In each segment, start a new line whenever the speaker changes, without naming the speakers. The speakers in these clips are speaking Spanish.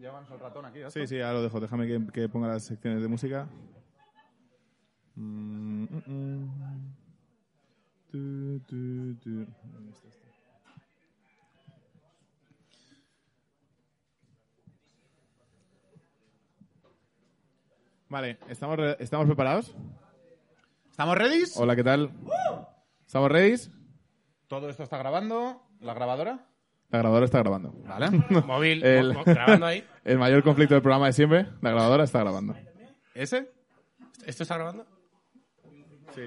Llevamos el ratón aquí. ¿eh?
Sí, sí, ahora lo dejo. Déjame que, que ponga las secciones de música. Mm, mm, mm. Tu, tu, tu. ¿Dónde está esto? Vale, ¿estamos, re- ¿estamos preparados?
¿Estamos ready?
Hola, ¿qué tal? ¿Estamos ready?
Todo esto está grabando. ¿La grabadora?
La grabadora está grabando.
Vale.
Móvil,
El-
mo- mo- grabando ahí.
El mayor conflicto del programa de siempre, la grabadora está grabando.
¿Ese?
¿Esto está grabando?
Sí.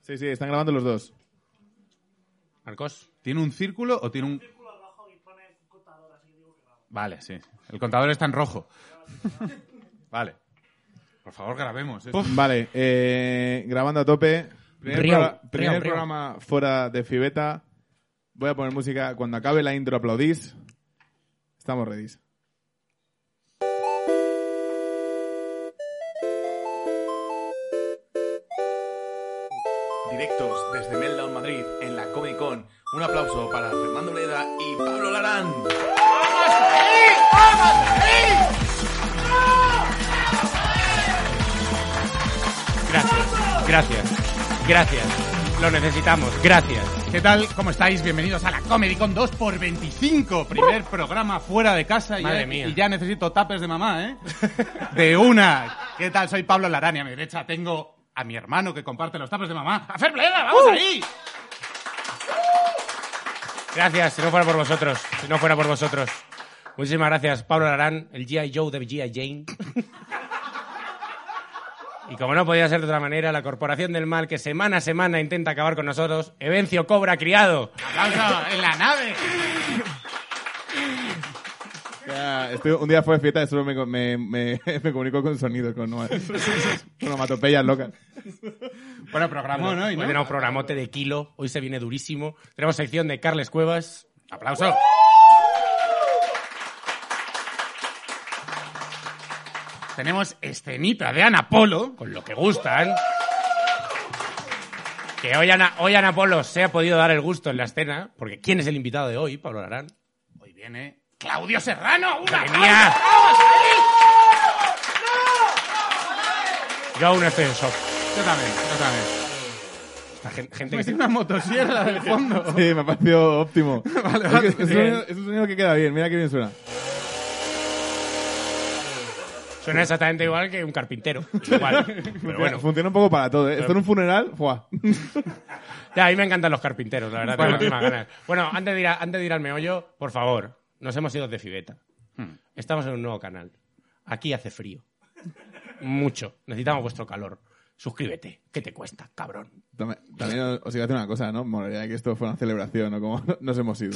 Sí, sí, están grabando los dos.
Marcos.
¿Tiene un círculo o tiene un...? Vale, sí. El contador está en rojo. vale. Por favor, grabemos. esto.
Vale, eh, grabando a tope. Primer,
Riau,
progra-
riau,
primer
riau.
programa fuera de Fibeta. Voy a poner música. Cuando acabe la intro, aplaudís. Estamos ready.
Directos desde Meltdown Madrid en la Comic Con. Un aplauso para Fernando Leda y Pablo Larán.
Gracias. Gracias. Gracias. Lo necesitamos. Gracias.
¿Qué tal? ¿Cómo estáis? Bienvenidos a la Comedy Con 2x25. Primer programa fuera de casa. y
¡Uh! Madre
ya,
mía.
Y ya necesito tapes de mamá, ¿eh? De una. ¿Qué tal? Soy Pablo Larani. A mi derecha tengo a mi hermano que comparte los tapes de mamá. ¡A Fer Bleda!
¡Uh!
¡Vamos ahí!
Gracias. Si no fuera por vosotros. Si no fuera por vosotros. Muchísimas gracias, Pablo Larán, el G.I. Joe de G.I. Jane. Y como no podía ser de otra manera, la Corporación del Mal, que semana a semana intenta acabar con nosotros, Evencio Cobra Criado.
¡Aplauso en la nave!
Ya, estoy- un día fue fiesta y solo me, co- me, me- me comunicó con sonido, con, oma- con onomatopeyas locas.
Bueno, programó, ¿no? Y
Hoy
no.
Pues tenemos programote de kilo, hoy se viene durísimo. Tenemos sección de Carles Cuevas. ¡Uh!
¡Aplauso! Tenemos escenita de Ana Polo.
con lo que gustan. Que hoy Ana, hoy Ana Polo se ha podido dar el gusto en la escena, porque ¿quién es el invitado de hoy, Pablo Larán?
Hoy viene Claudio Serrano. ¡Un
¡Madre
aplauso!
mía!
¡Vamos ahí!
Yo aún estoy en shock.
Yo también, yo también.
Esta gen- gente que
Mete
se-
una motosierra del fondo.
Sí, me ha parecido óptimo.
Vale,
Es
vale,
que es, un
bien.
sonido, es un sonido que queda bien, mira qué bien suena.
suena exactamente igual que un carpintero. Igual. Pero bueno.
Funciona un poco para todo, ¿eh? Esto en un funeral, ¡fua!
Ya, a mí me encantan los carpinteros, la verdad, tengo
Bueno.
muchísimas ganas. Bueno, antes de, ir a- antes de ir al meollo, por favor, nos hemos ido de Fibeta.
Hmm.
Estamos en un nuevo canal. Aquí hace frío. Mucho. Necesitamos vuestro calor. Suscríbete. ¿Qué te cuesta, cabrón?
También, también os os iba a decir una cosa, ¿no? Molaría que esto fuera una celebración, ¿no? Como nos hemos ido.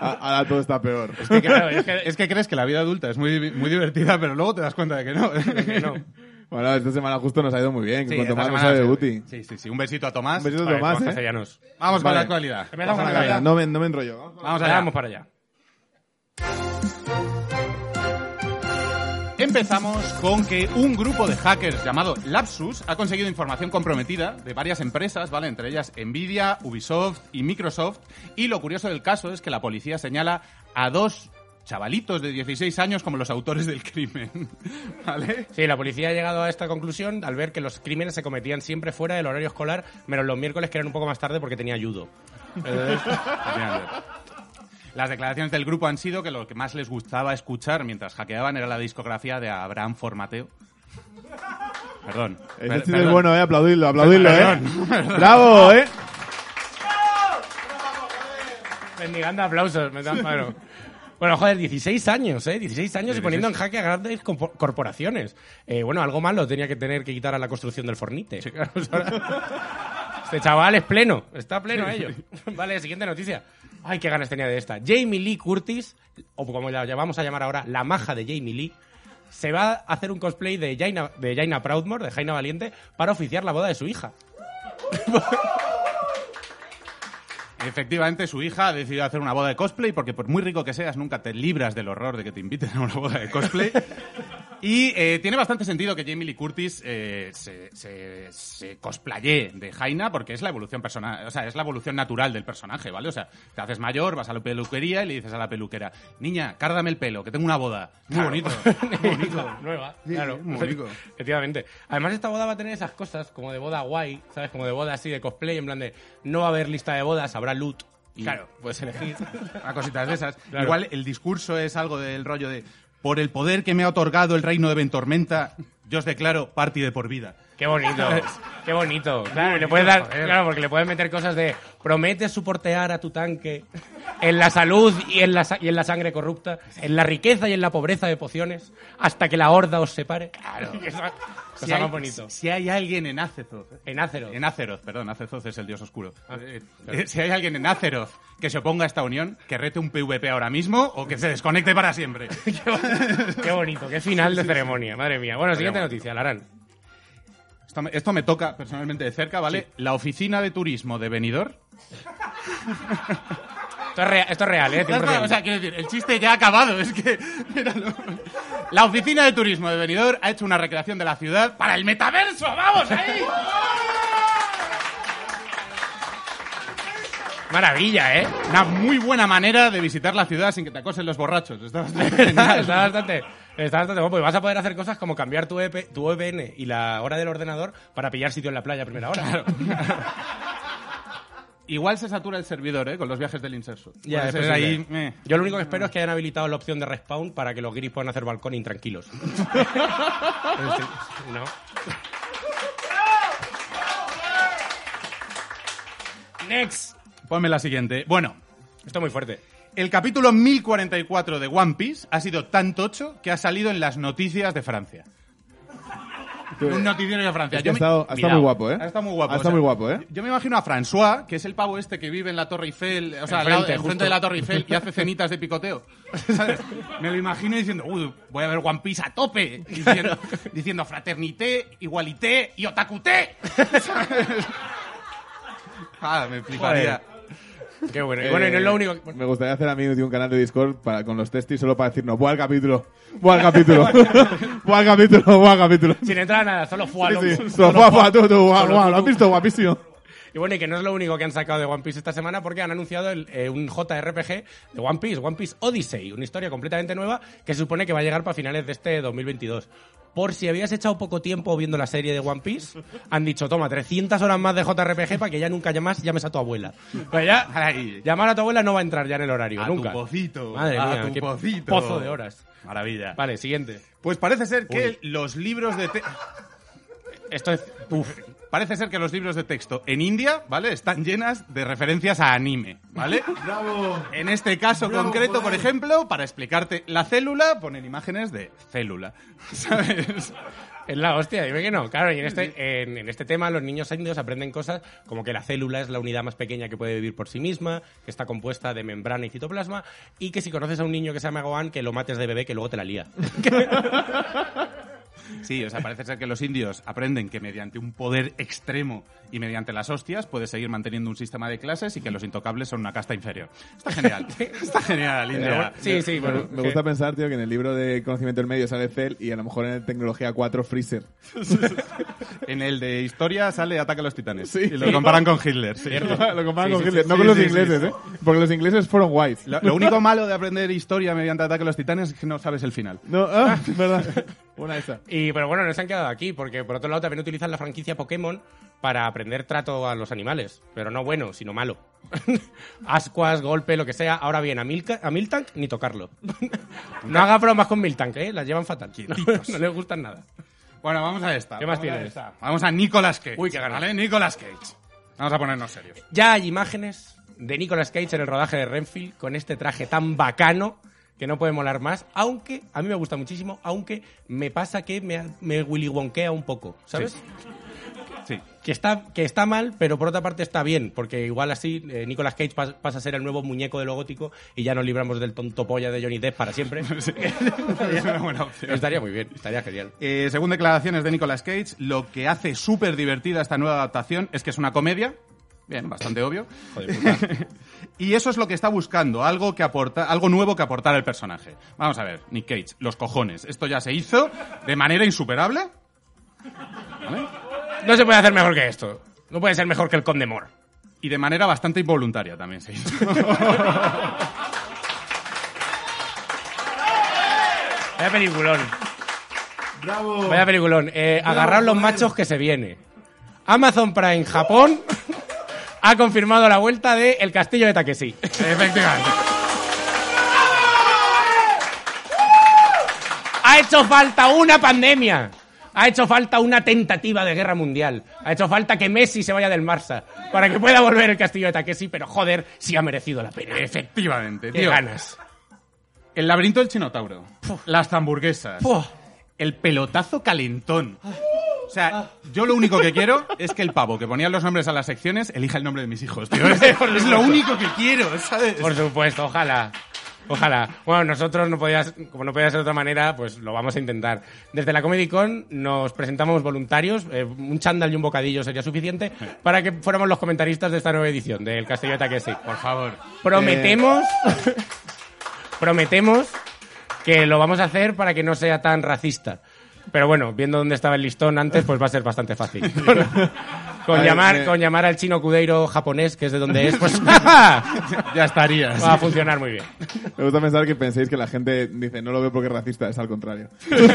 A- Ahora todo está peor.
Es que, claro, es que-
Es que crees que la vida adulta es muy, muy divertida, pero luego te das cuenta de que no.
que no.
Bueno, esta semana justo nos ha ido muy bien. que
Sí,
cuanto
esta
más nos
semana
sabe
sí.
Guti.
Sí, sí, sí. Un besito a Tomás.
Un besito
Vale,
Tomás,
Tomás
¿eh?
Castellanos.
Vamos
Vale.
con la actualidad.
Me da una
Vamos
gana.
allá.
No me, no me enrollo. Vamos con la-
Vamos allá.
Vamos para allá.
Empezamos con que un grupo de hackers llamado Lapsus ha conseguido información comprometida de varias empresas, ¿vale? Entre ellas Nvidia, Ubisoft y Microsoft. Y lo curioso del caso es que la policía señala a dos chavalitos de 16 años como los autores del crimen, ¿vale?
Sí, la policía ha llegado a esta conclusión al ver que los crímenes se cometían siempre fuera del horario escolar, menos los miércoles que eran un poco más tarde porque tenía ayudo.
Las declaraciones del grupo han sido que lo que más les gustaba escuchar mientras hackeaban era la discografía de Abraham Formateo. Perdón.
Ese
Per-
chiste es
perdón.
bueno, ¿eh? Aplaudidlo, aplaudidlo, ¿eh? ¡Bravo, eh!
Bendigando aplausos, me dan bueno. Bueno, joder, 16 años, ¿eh? 16 años y poniendo en jaque a grandes compo- corporaciones. Eh, bueno, algo malo tenía que tener que quitar a la construcción del fornite. Este chaval es pleno, está pleno ello. Vale, siguiente noticia. Ay, qué ganas tenía de esta. Jamie Lee Curtis, o como la vamos a llamar ahora, la maja de Jamie Lee, se va a hacer un cosplay de Jaina, de Jaina Proudmore, de Jaina Valiente, para oficiar la boda de su hija.
Efectivamente, su hija ha decidido hacer una boda de cosplay porque por muy rico que seas, nunca te libras del horror de que te inviten a una boda de cosplay. Y eh, tiene bastante sentido que Jamie Lee Curtis eh, se, se, se cosplayee de Jaina porque es la evolución personal, o sea, es la evolución natural del personaje, ¿vale? O sea, te haces mayor, vas a la peluquería y le dices a la peluquera, niña, cárdame el pelo, que tengo una boda. Muy bonito. Muy bonito.
Nueva,
Sí,
claro.
sí, muy rico.
Efectivamente. Además, esta boda va a tener esas cosas, como de boda guay, ¿sabes? Como de boda así de cosplay, en plan de no va a haber lista de bodas, habrá loot. Y
Claro.
puedes elegir.
a cositas de esas.
Claro.
Igual el discurso es algo del rollo de por el poder que me ha otorgado el reino de Ventormenta, yo os declaro party de por vida.
Qué bonito. qué bonito. Claro, y le puedes dar, claro, porque le puedes meter cosas de promete suportear a tu tanque en la salud y en la, sa- y en la sangre corrupta, en la riqueza y en la pobreza de pociones, hasta que la horda os separe.
Si
Claro. Cosa
hay-
más bonito.
Si hay alguien en Acezoth.
En Azeroth.
En Azeroth, perdón, Azezoth es el dios oscuro. Eh, eh, Si hay alguien en Azeroth que se oponga a esta unión, que rete un PvP ahora mismo o que se desconecte para siempre.
Qué bonito, qué bonito, qué final de ceremonia, madre mía. Bueno, siguiente noticia, Larán.
Esto me, esto me toca personalmente de cerca, ¿vale? La oficina de turismo de Benidorm.
Esto es, rea- esto es real, ¿eh? 100%.
O sea, quiero decir, el chiste ya ha acabado, es que... míralo. La oficina de turismo de Benidorm ha hecho una recreación de la ciudad para el metaverso, ¡vamos ahí!
Maravilla, ¿eh?
Una muy buena manera de visitar la ciudad sin que te acosen los borrachos. Está bastante
está,
genial.
está bastante, está bastante guapo. Y vas a poder hacer cosas como cambiar tu, EP, tu VPN y la hora del ordenador para pillar sitio en la playa a primera hora.
Igual se satura el servidor, ¿eh? Con los viajes del Inserso.
Ya, pues
Puede
es
ser
posible.
ahí... eh.
Yo lo único que espero es que hayan habilitado la opción de respawn para que los guiris puedan hacer balcón intranquilos. no. Next.
Ponme la siguiente. Bueno,
Esto es muy fuerte.
el capítulo 1044 de One Piece ha sido tan tocho que ha salido en las noticias de Francia. Un noticiero de Francia.
Es que
Yo
ha
me-
estado, ha estado
Cuidado.
muy guapo, ¿eh?
Ha estado muy guapo.
Ha
o sea,
estado muy guapo, ¿eh?
Yo me imagino a François, que es el pavo este que vive en la Torre Eiffel, o sea, al lado-
Enfrente,
enfrente
justo.
de la Torre Eiffel y hace cenitas de picoteo. ¿Sabes? Me lo imagino diciendo, "Uy, voy a ver One Piece a tope. Diciendo, diciendo fraternité, igualité y otakuté. ¿Sabes? ah, me fliparía.
Qué bueno.
eh,
Y bueno, y no es
Eh.
lo único. que-
Me gustaría hacer a mí de un canal de Discord para, con los testis solo para decirnos, ¡buah el capítulo! ¡Buah el capítulo! ¡Buah el capítulo! ¡Buah el capítulo!
Sin entrar a nada, solo fue a lo-
Sí, sí.
solo
Guau,
fue a-
guau, tú, tú, guau,
solo
guau,
tú,
¿Lo has
tú.
visto? Guapísimo.
Y bueno, y que no es lo único que han sacado de One Piece esta semana porque han anunciado el- eh, un JRPG de One Piece, One Piece Odyssey, una historia completamente nueva que se supone que va a llegar para finales de este 2022. Por si habías echado poco tiempo viendo la serie de One Piece, han dicho, toma, 300 horas más de JRPG para que ya nunca llamas, llames a tu abuela. Pues ya,
Ay.
llamar a tu abuela no va a entrar ya en el horario,
A tu
nunca.
pocito,
Madre
a
mía,
tu
qué
pocito.
pozo de horas.
Maravilla.
Vale, siguiente.
Pues parece ser que los libros de... te-
Esto es... Uf,
Parece ser que los libros de texto en India, ¿vale? Están llenas de referencias a anime, ¿vale?
Bravo.
En este caso
Bravo,
concreto, por
joder.
ejemplo, para explicarte la célula, ponen imágenes de célula, ¿sabes?
Es la hostia, dime que no. Claro, y en este, en, en este tema los niños indios aprenden cosas como que la célula es la unidad más pequeña que puede vivir por sí misma, que está compuesta de membrana y citoplasma, y que si conoces a un niño que se llama Gohan, que lo mates de bebé, que luego te la lía.
Sí, o sea, parece ser que los indios aprenden que mediante un poder extremo y mediante las hostias puedes seguir manteniendo un sistema de clases y que los intocables son una casta inferior. Está genial. Está genial, India.
sí, sí,
Me-
bueno.
me gusta
que-
pensar, tío, que en el libro de conocimiento del medio sale Cell y a lo mejor en el tecnología 4 Freezer.
En el de historia sale Ataque a los Titanes.
Sí.
Y lo comparan con Hitler. sí.
lo comparan
Sí,
con
sí,
Hitler,
sí,
no
sí,
con los
sí, sí,
ingleses,
sí.
¿eh? Porque los ingleses fueron guays.
Lo, lo único malo de aprender historia mediante Ataque a los Titanes es que no sabes el final.
No, ah, verdad. Una esa.
Y, pero bueno, no se han quedado aquí, porque por otro lado también utilizan la franquicia Pokémon para aprender trato a los animales, pero no bueno, sino malo. Ascuas, golpe, lo que sea. Ahora bien, a, Milka- a Miltank ni tocarlo. no haga bromas con Miltank, ¿eh? Las llevan fatal. No, no les gustan nada.
Bueno, vamos a esta.
¿Qué más
Vamos a
tienes?
esta. Vamos a Nicolas Cage.
Uy, qué ganas.
¿Vale? Nicolas Cage. Vamos a ponernos serios.
Ya hay imágenes de Nicolas Cage en el rodaje de Renfield con este traje tan bacano que no puede molar más, aunque a mí me gusta muchísimo, aunque me pasa que me, me Willy Wonquea un poco, ¿sabes?
Sí.
Que, está, que está mal, pero por otra parte está bien, porque igual así eh, Nicolas Cage pas- pasa a ser el nuevo muñeco de lo gótico y ya nos libramos del tonto polla de Johnny Depp para siempre.
es una buena opción.
estaría muy bien, estaría genial.
Eh, según declaraciones de Nicolas Cage, lo que hace súper divertida esta nueva adaptación es que es una comedia Bien, bastante obvio. y eso es lo que está buscando, algo, que aporta, algo nuevo que aportar al personaje. Vamos a ver, Nick Cage, los cojones. Esto ya se hizo de manera insuperable.
No se puede hacer mejor que esto. No puede ser mejor que el Conde Mor.
Y de manera bastante involuntaria también se hizo.
Vaya peliculón. Bravo. Vaya peliculón. Eh, agarrar los machos que se viene. Amazon Prime Japón ha confirmado la vuelta de El Castillo de Takeshi.
Efectivamente.
Ha hecho falta una pandemia. Ha hecho falta una tentativa de guerra mundial. Ha hecho falta que Messi se vaya del Barça para que pueda volver el Castillo de Takeshi, pero joder, si ha merecido la pena.
Efectivamente,
Qué
tío.
ganas.
El laberinto del chinotauro. Las hamburguesas.
Puh.
El pelotazo calentón.
Ah.
O sea, yo lo único que quiero es que el pavo que ponía los nombres a las secciones elija el nombre de mis hijos, tío. Es, es lo único que quiero, ¿sabes?
Por supuesto, ojalá. Ojalá. Bueno, nosotros no podías, como no podía ser de otra manera, pues lo vamos a intentar. Desde la Comedy Con nos presentamos voluntarios, eh, un chándal y un bocadillo sería suficiente para que fuéramos los comentaristas de esta nueva edición del Castillo de Taquesi.
Por favor. Eh.
Prometemos, prometemos que lo vamos a hacer para que no sea tan racista. Pero bueno, viendo dónde estaba el listón antes, pues va a ser bastante fácil. Con, con
Ay,
llamar,
me-
con llamar al chino cudeiro japonés, que es de donde es, pues
Ya estarías.
va a funcionar muy bien.
Me gusta pensar que penséis que la gente dice, no lo veo porque es racista, es al contrario.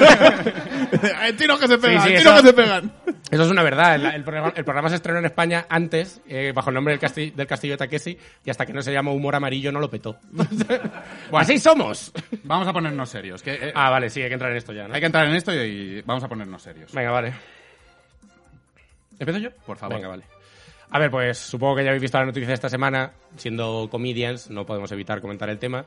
¡Hay tiros que se pegan!
Sí, sí,
¡Hay tiros
eso-
que se pegan!
Eso es una verdad. El, el programa, el programa se estrenó en España antes, eh, bajo el nombre del, casti- del Castillo de Taquesi, y hasta que no se llamó Humor Amarillo no lo petó. Así somos.
Vamos a ponernos serios. Que, eh,
Ah, vale, sí, hay que entrar en esto ya, ¿no?
Hay que entrar en esto y, y vamos a ponernos serios.
Venga, vale. ¿Empiezo yo?
Por favor.
Venga, vale. A ver, pues supongo que ya habéis visto la noticia de esta semana. Siendo comedians, no podemos evitar comentar el tema.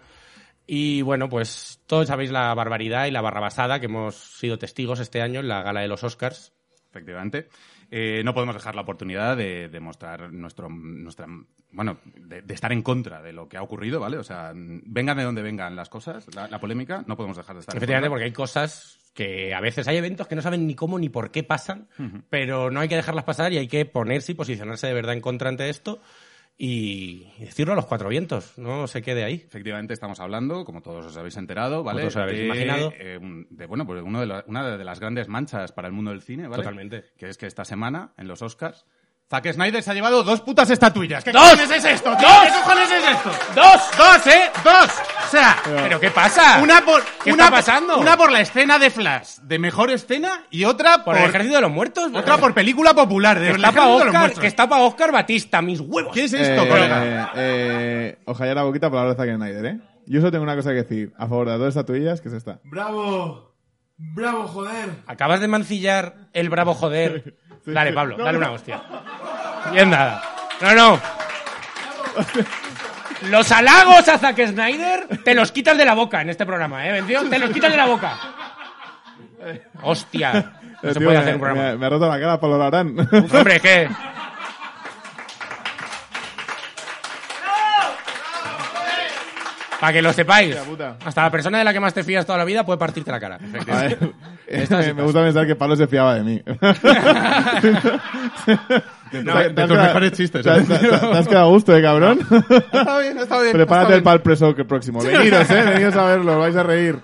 Y bueno, pues todos sabéis la barbaridad y la barrabasada que hemos sido testigos este año en la gala de los Oscars.
Efectivamente. Eh, no podemos dejar la oportunidad de, de mostrar nuestro, nuestra, bueno, de, de estar en contra de lo que ha ocurrido, ¿vale? O sea, mm, vengan de donde vengan las cosas, la, la polémica, no podemos dejar de estar en
Efectivamente,
contra.
porque hay cosas que a veces hay eventos que no saben ni cómo ni por qué pasan, pero no hay que dejarlas pasar y hay que ponerse y posicionarse de verdad en contra ante esto y y decirlo a los cuatro vientos, no se quede ahí.
Efectivamente, estamos hablando, como todos os habéis enterado, ¿vale?
todos os habéis
de,
imaginado.
eh, un- de, bueno, pues uno de la- una de las grandes manchas para el mundo del cine, ¿vale?
Totalmente.
Que es que esta semana, en los Oscars, Zack Snyder se ha llevado dos putas estatuillas. ¿Qué cojones es esto? tío? ¿Qué cojones es esto?
¡Dos!
¡Dos, eh! ¡Dos! O sea,
¿Pero qué pasa?
Una por,
¿Qué
una,
está pasando?
Una por la escena de Flash, de mejor escena, y otra por,
por el ejército de los muertos.
otra por película popular, de
que
el
está para
ejército de los
Oscar,
muertos.
que está pa' Oscar Batista, mis huevos.
¿Qué es esto,
Eh,
colega?
eh, ojalá la boquita para hablar de Zack Snyder, ¿eh? Yo solo tengo una cosa que decir. A favor de las dos estatuillas, que es esta.
¡Bravo! ¡Bravo, joder!
Acabas de mancillar el bravo joder.
Sí,
dale,
sí.
Pablo,
No,
dale
no.
una hostia. Bien nada. No, no. Los halagos a Zack Snyder te los quitas de la boca en este programa, ¿eh? ¿Vendido? Te los quitas de la boca. Hostia. No
Eh,
se
tío,
puede
me-
hacer un programa.
Me, me ha roto la cara, Pablo Larán.
Hombre, ¿qué? Para que lo sepáis,
puta.
hasta la persona de la que más te fías toda la vida puede partirte la cara.
A ver, eh,
Esta sí
me gusta pensar que Pablo se fiaba de mí.
de tus mejores chistes,
Te,
¿eh?
has- te- te has quedado a gusto, eh, cabrón.
Está bien, está bien.
Prepárate el pal preso que próximo. Veniros, eh, veniros a verlo, vais a reír.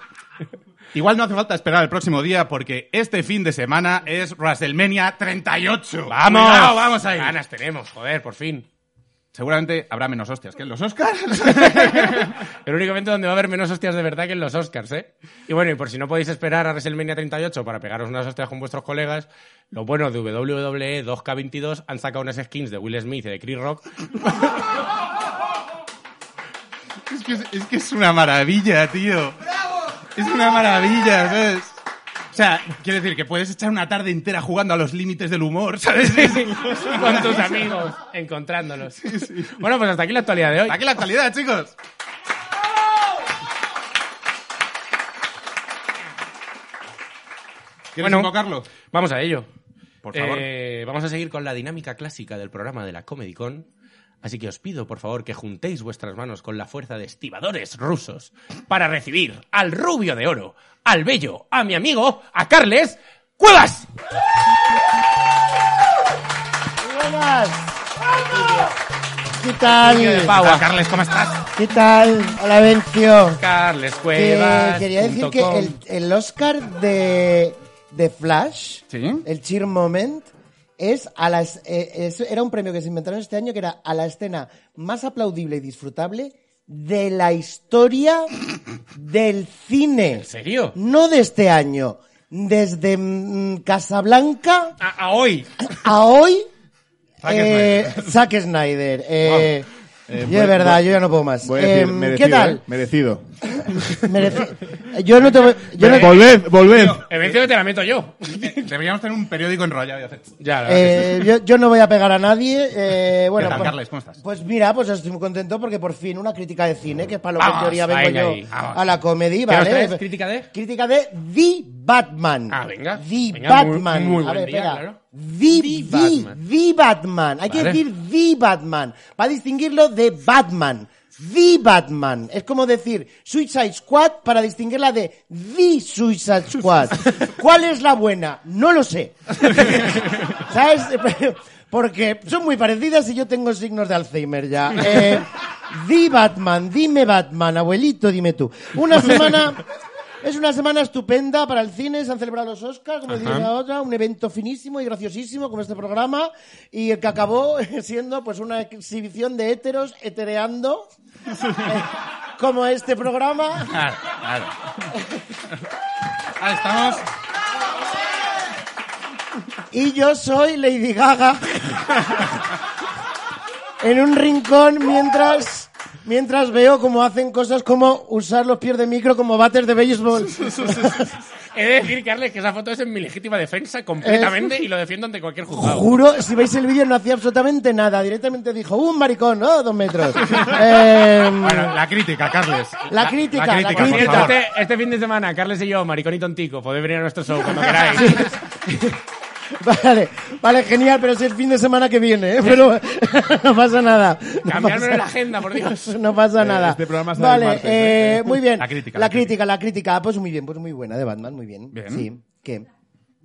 Igual no hace falta esperar el próximo día porque este fin de semana es WrestleMania 38.
¡Vamos!
Cuidado, vamos ahí.
Ganas tenemos, joder, por fin.
Seguramente habrá menos hostias que en los Oscars.
El único evento donde va a haber menos hostias de verdad que en los Oscars, ¿eh? Y bueno, y por si no podéis esperar a WrestleMania 38 para pegaros unas hostias con vuestros colegas, lo bueno de E WWE 2K22 han sacado unas skins de Will Smith y de Chris Rock
es, que es, es que es una maravilla, tío. Es una maravilla, ¿sabes? O sea, quiero decir que puedes echar una tarde entera jugando a los límites del humor, ¿sabes?
con tus amigos, encontrándolos. Bueno, pues hasta aquí la actualidad de hoy.
Hasta Aquí la actualidad, chicos. ¿Quieres
Bueno.
invocarlo?
Vamos a ello.
Por favor.
Eh, vamos a seguir con la dinámica clásica del programa de la Comedy Con. Así que os pido, por favor, que juntéis vuestras manos con la fuerza de estibadores rusos para recibir al rubio de oro, al bello, a mi amigo, a Carles Cuevas.
Buenas. ¿Qué tal?
Hola, Carles, ¿cómo estás?
¿Qué tal? Hola, Bencio.
Carles
Que
Cuevas.
quería decir
punto
que
com.
el, el Oscar de, de Flash,
Sí.
el Cheer Moment, es a las, eh, es- era un premio que se inventaron este año que era a la escena más aplaudible y disfrutable de la historia del cine.
¿En serio?
No de este año. Desde mm, Casablanca
A, a hoy.
a hoy,
Zack
eh, Zack Snyder. Eh,
Eh,
yo
voy-
es verdad,
voy-
yo ya no puedo más.
Voy a decir, ¿eh?
Em,
merecido,
¿Qué tal?
eh, merecido.
Merece- Yo no te voy- yo no-
Volved, volved.
Eventualmente te la meto yo.
Deberíamos tener un periódico enrollado y hacer...
Ya, la verdad que
eh, yo, yo no voy a pegar a nadie. eh, bueno,
tal,
pues,
Carles? ¿Cómo estás?
pues mira, pues estoy muy contento porque por fin una crítica de cine, que es para lo que en
Vamos,
teoría vengo
venga
yo
ahí, vamos.
a la comedy,
nos
¿vale?
traes? ¿Crítica de?
Crítica de The Batman.
Ah, venga.
The
Venga,
Batman.
muy- muy
a
buen
ver,
día,
espera.
claro.
The,
The
The,
Batman.
Batman. The Batman. Hay que
Vale.
decir The Batman. Para distinguirlo de Batman. The Batman. Es como decir Suicide Squad para distinguirla de The Suicide Squad. ¿Cuál es la buena? No lo sé. ¿Sabes? Porque son muy parecidas y yo tengo signos de Alzheimer ya. Eh, di Batman, dime Batman, abuelito, dime tú. Una semana. Es una semana estupenda para el cine, se han celebrado los Oscars, como decía la otra, un evento finísimo y graciosísimo como este programa, y el que acabó siendo pues una exhibición de héteros hetereando, eh, como este programa.
Claro, claro. Ah, estamos...
Y yo soy Lady Gaga. en un rincón mientras mientras veo cómo hacen cosas como usar los pies de micro como bates de béisbol.
He de decir, Carles, que esa foto es en mi legítima defensa completamente y lo defiendo ante cualquier juzgado.
Juro, si veis el vídeo no hacía absolutamente nada. Directamente dijo, "Uh, un maricón, ¿no? Dos metros. Em,
Bueno, la crítica, Carles.
La crítica, la
crítica,
Por
crítica.
por favor.
cierto, este, este fin de semana, Carles y yo, Maricón y Tontico, podéis venir a nuestro show cuando queráis.
vale, vale, genial, pero es el fin de semana que viene, ¿eh? Pero no pasa nada. No
Cambiármelo
pasa-
la agenda, por Dios.
No pasa nada.
este programa sale
vale,
el martes,
eh,
¿eh?
muy bien.
La crítica,
La,
la
crítica, la crítica. Ah, Pues muy bien, pues muy buena de Batman, muy bien.
Bien.
Sí. ¿Qué?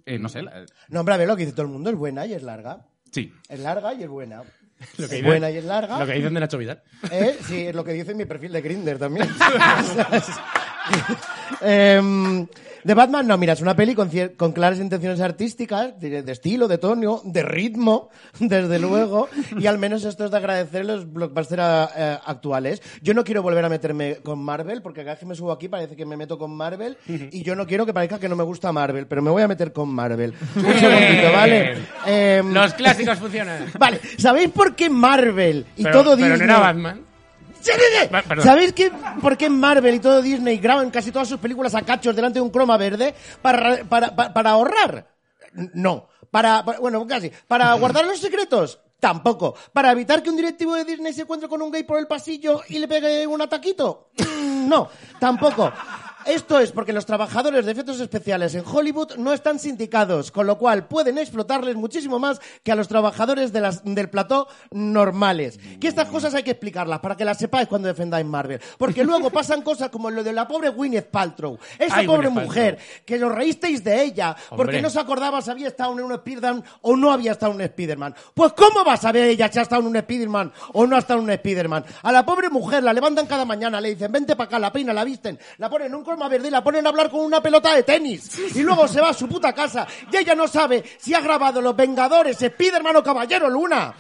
Eh, no sé. la-
No, hombre, a ver, lo que dice todo el mundo es buena y es larga.
Sí.
Es larga y es buena.
Lo que
es
dice-
buena y es larga.
Lo que dicen de Nacho Vidal.
Eh, Sí, es lo que dice mi perfil de Grinder también. ¿Sabes? Em, de Batman, no, mira, es una peli con, cier- con claras intenciones artísticas, de, de estilo, de tono, de ritmo, desde luego, y al menos esto es de agradecer los blockbusters a- eh, actuales. Yo no quiero volver a meterme con Marvel, porque cada vez que me subo aquí parece que me meto con Marvel, y yo no quiero que parezca que no me gusta Marvel, pero me voy a meter con Marvel. Un segundito, ¿vale? Em,
Los clásicos funcionan.
Vale, ¿sabéis por qué Marvel y
Pero-
todo
pero
Disney...
no era Batman.
¡Chévere!
Va- perdón.
¿Sabéis qué, por qué Marvel y todo Disney graban casi todas sus películas a cachos delante de un croma verde para, para, para, para ahorrar? No. Para, para- bueno, casi. ¿Para guardar los secretos? Tampoco. ¿Para evitar que un directivo de Disney se encuentre con un gay por el pasillo y le pegue un ataquito? Mm, No, tampoco. Esto es porque los trabajadores de efectos especiales en Hollywood no están sindicados, con lo cual pueden explotarles muchísimo más que a los trabajadores de las- del plató normales. Que estas cosas hay que explicarlas para que las sepáis cuando defendáis Marvel. Porque luego pasan cosas como lo de la pobre Gwyneth Paltrow. Esa
Ay,
pobre
Gwyneth Paltrow.
mujer, que os reísteis de ella,
Hombre.
porque no se acordaba si había estado en un Spider-Man o no había estado en un Spider-Man. Pues ¿cómo va a saber ella si ha estado en un Spider-Man o no ha estado en un Spider-Man? A la pobre mujer la levantan cada mañana, le dicen, vente para acá, la peina, la visten, la ponen en un croma verde y la ponen a hablar con una pelota de tenis. Y luego se va a su puta casa y ella no sabe si ha grabado Los Vengadores, Spider-Man o Caballero Luna.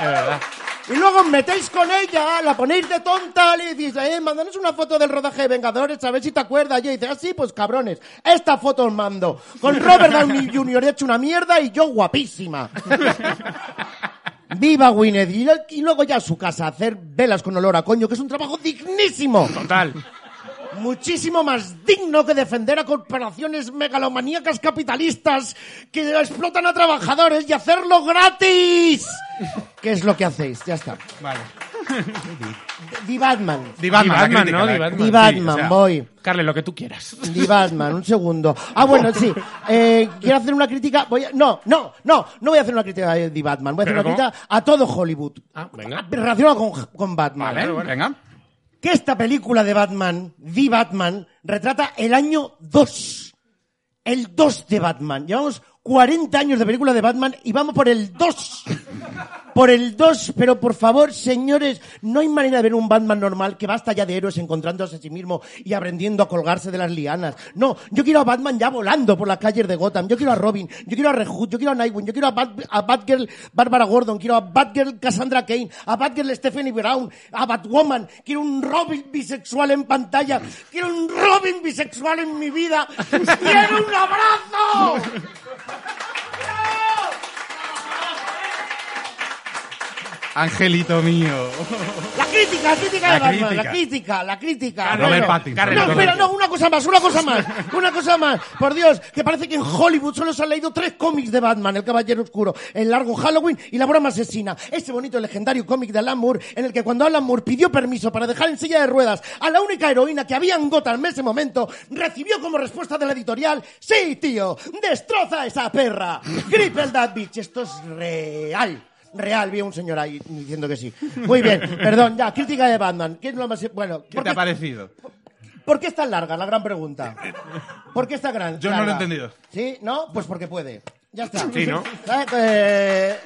Es verdad.
Y luego os metéis con ella, la ponéis de tonta, le decís, eh, mandanos una foto del rodaje de Vengadores, a ver si te acuerdas. Y ella dice, ah, sí, pues cabrones, esta foto os mando. Con Robert Downey Jr. hecho una mierda y yo guapísima. Viva Gwyneth. Y, lo- y luego ya a su casa, a hacer velas con olor a coño, que es un trabajo dignísimo.
Total.
Muchísimo más digno que defender a corporaciones megalomaníacas capitalistas que explotan a trabajadores y hacerlo gratis. ¿Qué es lo que hacéis? Ya está.
Vale.
Di Batman.
Di Batman,
Di
la
Batman,
crítica,
¿no?
la-
Di Batman.
Di
sí, o sea,
Batman, voy.
Carles, lo que tú quieras.
Di Batman, un segundo. Ah, bueno, sí. Eh, quiero hacer una crítica. Voy a- No, no, no. No voy a hacer una crítica de Di Batman. Voy a hacer
¿Pero
una
cómo?
crítica a todo Hollywood.
Ah, venga.
Relacionado con, con Batman.
Vale, venga.
Que esta película de Batman, The Batman, retrata el año 2. El 2 de Batman. Llevamos 40 años de película de Batman y vamos por el 2. Por el 2, pero por favor, señores, no hay manera de ver un Batman normal que basta ya de héroes encontrándose a sí mismo y aprendiendo a colgarse de las lianas. No, yo quiero a Batman ya volando por las calles de Gotham. Yo quiero a Robin, yo quiero a Rejut, yo quiero a Nightwing, yo quiero a, Bat- a Batgirl Barbara Gordon, quiero a Batgirl Cassandra Kane, a Batgirl Stephanie Brown, a Batwoman. Quiero un Robin bisexual en pantalla. Quiero un Robin bisexual en mi vida. ¡Quiero un abrazo!
Angelito mío.
La crítica, la crítica
La
de Batman,
crítica.
la crítica, la crítica.
Robert
Bueno,
Pattinson,
No,
Robert
espera, no,
Pattinson.
una cosa más, una cosa más, una cosa más. Por Dios, que parece que en Hollywood solo se han leído tres cómics de Batman, El Caballero Oscuro, El Largo Halloween y La Broma Asesina. Ese bonito y legendario cómic de Alan Moore, en el que cuando Alan Moore pidió permiso para dejar en silla de ruedas a la única heroína que había en Gotham en ese momento, recibió como respuesta de la editorial, sí, tío, destroza a esa perra. Cripple that bitch, esto es real. Real, vi a un señor ahí diciendo que sí. Muy bien, perdón, ya, crítica de Batman. ¿Qué es lo más... Bueno,
¿Qué
¿por
te ha
qué-
parecido?
¿Por qué es tan larga? La gran pregunta. ¿Por qué está gran?
Yo no lo he
larga?
entendido.
¿Sí? ¿No? Pues porque puede. Ya está.
Sí, ¿no?
¿Sabes? Eh,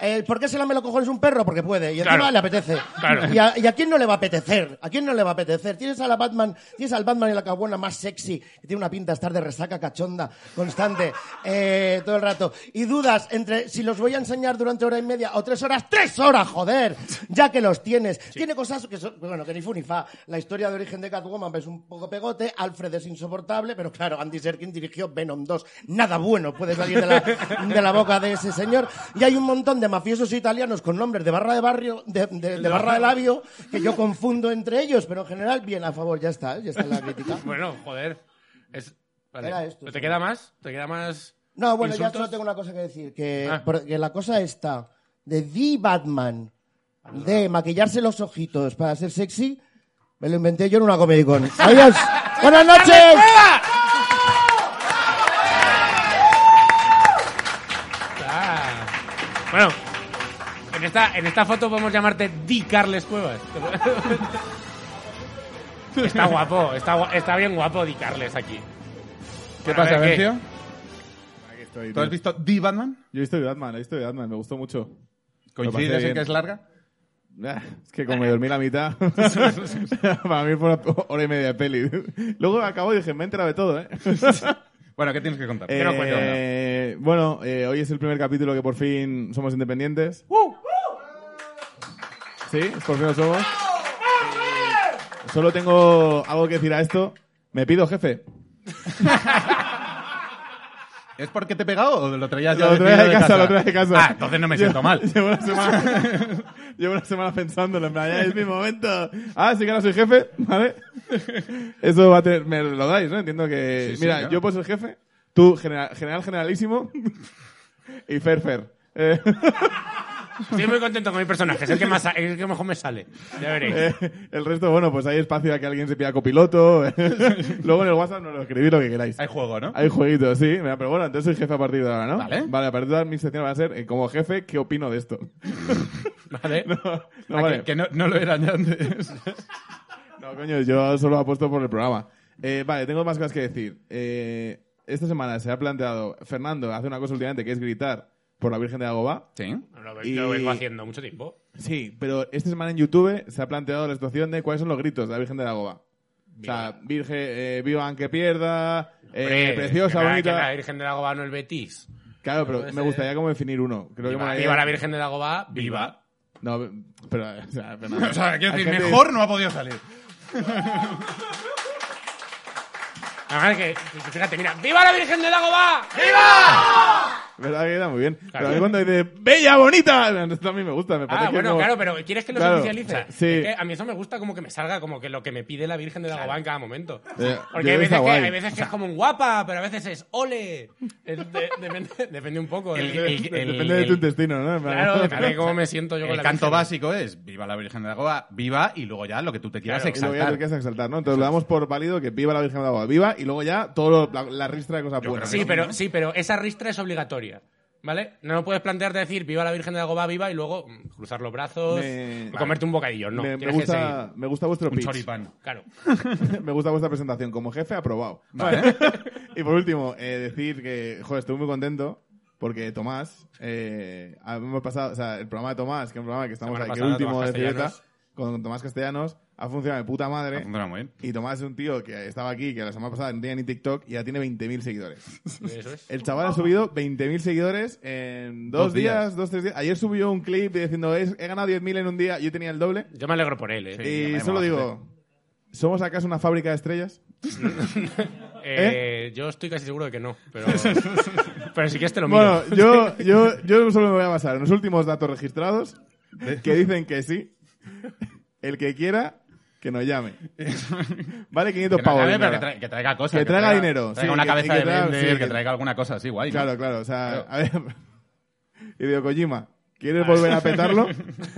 el ¿Por qué se lame los cojones un perro? Porque puede. Y encima
Claro.
le apetece.
Claro.
¿Y, a, y a quién no le va a apetecer? ¿A quién no le va a apetecer? Tienes a la Batman, tienes al Batman y la cabuena más sexy, que tiene una pinta de estar de resaca cachonda constante eh, todo el rato. Y dudas entre si los voy a enseñar durante hora y media o tres horas. ¡Tres horas, joder! Ya que los tienes. Tiene cosas que son, bueno, que ni fu ni fa. La historia de origen de Catwoman es un poco pegote, Alfred es insoportable, pero claro, Andy Serkin dirigió Venom 2. Nada bueno puede salir de la, de la boca de ese señor. Y hay un montón de mafiosos italianos con nombres de barra de barrio, de, de- de barra de labio, que yo confundo entre ellos, pero en general, bien, a favor, ya está, ¿eh? ya está la crítica.
Bueno, joder. Es- vale.
Era esto,
¿Te
sí.
queda más? ¿Te queda más?
No, bueno,
¿Insultos?
ya solo tengo una cosa que decir, que,
Ah.
porque la cosa está de The Batman, de maquillarse los ojitos para ser sexy, me lo inventé yo en una Comic Con. ¡Adiós! ¡Buenas noches!
Ah. Bueno, en esta, en esta foto podemos llamarte Di Carles Cuevas. Está guapo, está, gua- está bien guapo Di Carles aquí.
¿Qué
Bueno, a
pasa,
ver,
Bercio? Aquí estoy,
¿Tú has
tío.
visto The Batman?
Yo he visto de Batman, he visto de Batman, me gustó mucho. Me
¿Coincides
parece
en que
bien.
es larga?
Ah, Es que como me dormí la mitad, para mí fue una hora y media de peli. Luego acabó y dije, me he enterado de todo, ¿eh?
Bueno, ¿qué tienes que contar?
Eh,
¿Qué nos cuentas?
bueno, eh, hoy es el primer capítulo que por fin somos independientes.
¡Uh!
Sí, por fin lo somos. Eh, Solo tengo algo que decir a esto. Me pido jefe.
¿Es porque te he pegado o lo traías ya
Lo traía
decidido
de casa, lo traía de casa.
Ah, entonces no me siento
Llevo-
mal.
Llevo una semana, llevo una semana pensándolo, en plan, ya es mi momento. Ah, sí que ahora soy jefe, ¿vale? Eso va a tener, me lo dais, ¿no? Entiendo que,
Sí, sí,
mira,
claro.
yo puedo ser jefe, tú general, general generalísimo y fer fer. Eh,
Estoy muy contento con mi personaje, es el que, más, sa- es el que mejor me sale. Ya veréis.
eh, el resto, bueno, pues hay espacio a que alguien se pida copiloto. Luego en el WhatsApp nos lo escribís lo que queráis.
Hay juego, ¿no?
Hay jueguitos, sí. Mira, pero bueno, entonces soy jefe a partir de ahora, ¿no?
Vale.
Vale, a partir de ahora mi sección va a ser, eh, como jefe, ¿qué opino de esto?
Vale.
No, no,
Ah, que-
vale.
Que, no, no lo eran ya antes.
No, coño, yo solo apuesto por el programa. Eh, vale, tengo más cosas que decir. Eh, esta semana se ha planteado, Fernando hace una cosa últimamente que es gritar por la Virgen de Agobá.
sí.
Lo,
Y-
lo vengo haciendo mucho tiempo.
Sí, pero esta semana en YouTube se ha planteado la situación de cuáles son los gritos de la Virgen de Agobá. O sea, Virgen, eh, vivan que pierda, eh,
Hombre,
preciosa,
que la-
bonita.
que la Virgen de Dagobá no el Betis.
Claro, pero me gustaría como definir uno. Creo que
Viva,
molaría-
viva la Virgen de Dagobá, viva.
No, pero, o sea, Fernando,
O sea, quiero
hay
decir,
gente-
mejor no ha podido salir.
Además que, fíjate, mira, ¡viva la Virgen de Dagobá!
¿Verdad que queda muy bien? Pero a
Claro.
mí cuando dice, ¡Bella, bonita! Esto a mí me gusta, me parece
Ah,
que
bueno,
como-
claro, pero ¿quieres que los
Claro,
oficialice?
sí.
Es que a mí eso me gusta como que me salga como que lo que me pide la Virgen de Dagobá en cada momento.
Eh, yo
Porque hay
creo que está
veces, que,
guay.
hay veces que es como un guapa, pero a veces es ole. Es de- depende, depende un poco. de-
El- el-
pues Depende de tu intestino, ¿no?
claro, depende de cómo me siento yo con
El
la
canto
Virgen.
básico es viva la Virgen de Agoa, viva y luego ya lo que tú te quieras
Claro,
Y luego ya te
exaltar.
quieres exaltar, ¿no? Entonces lo damos por válido que viva la Virgen de Agua, viva, y luego ya todo lo- la, la ristra de cosas
Yo
buenas.
creo
Sí,
¿no?
pero, sí, pero esa ristra es obligatoria. ¿Vale? No puedes plantearte decir viva la Virgen de Agobá, viva y luego mm, cruzar los brazos,
Me-
y comerte un bocadillo. No,
me, me
tienes que seguir.
gusta, me gusta vuestro
Un
pitch.
choripán.
Claro.
me gusta vuestra presentación. Como jefe, aprobado. y por último, eh, decir que, joder, estoy muy contento porque Tomás, eh, hemos pasado, o sea, el programa de Tomás, que es un programa que estamos
Semana
aquí, el
pasada,
último
Tomás
de Civeta,
Castellanos.
con Tomás Castellanos, ha funcionado de puta
Ha
madre.
funcionado muy bien.
Y Tomás es un tío que estaba aquí, que la semana pasada no tenía ni TikTok y ya tiene 20.000 seguidores.
Eso es.
El chaval ha subido 20.000 seguidores en dos,
Dos
días,
días.
dos, tres días. Ayer subió un clip diciendo, "Es- he ganado 10.000 en un día, yo tenía el doble.
Yo me alegro por él, ¿eh?
Sí.
y
me
solo
mola,
digo, ¿somos acaso una fábrica de estrellas?
Eh, Yo estoy casi seguro de que no, pero, pero si quieres te lo miro.
Bueno, yo, yo, yo solo me voy a basar en los últimos datos registrados que dicen que sí. El que quiera, que nos llame. Vale 500
Que, no
pavos.
acabe, pero
nada.
que, tra- que traiga cosas.
Que traiga dinero,
traiga
sí,
una
que-
cabeza
que
de
traiga-
vender,
sí,
que
que-
traiga alguna cosa así, guay. ¿no?
Claro, claro. O sea,
Claro.
a ver. Hideo Kojima, ¿quieres volver a petarlo?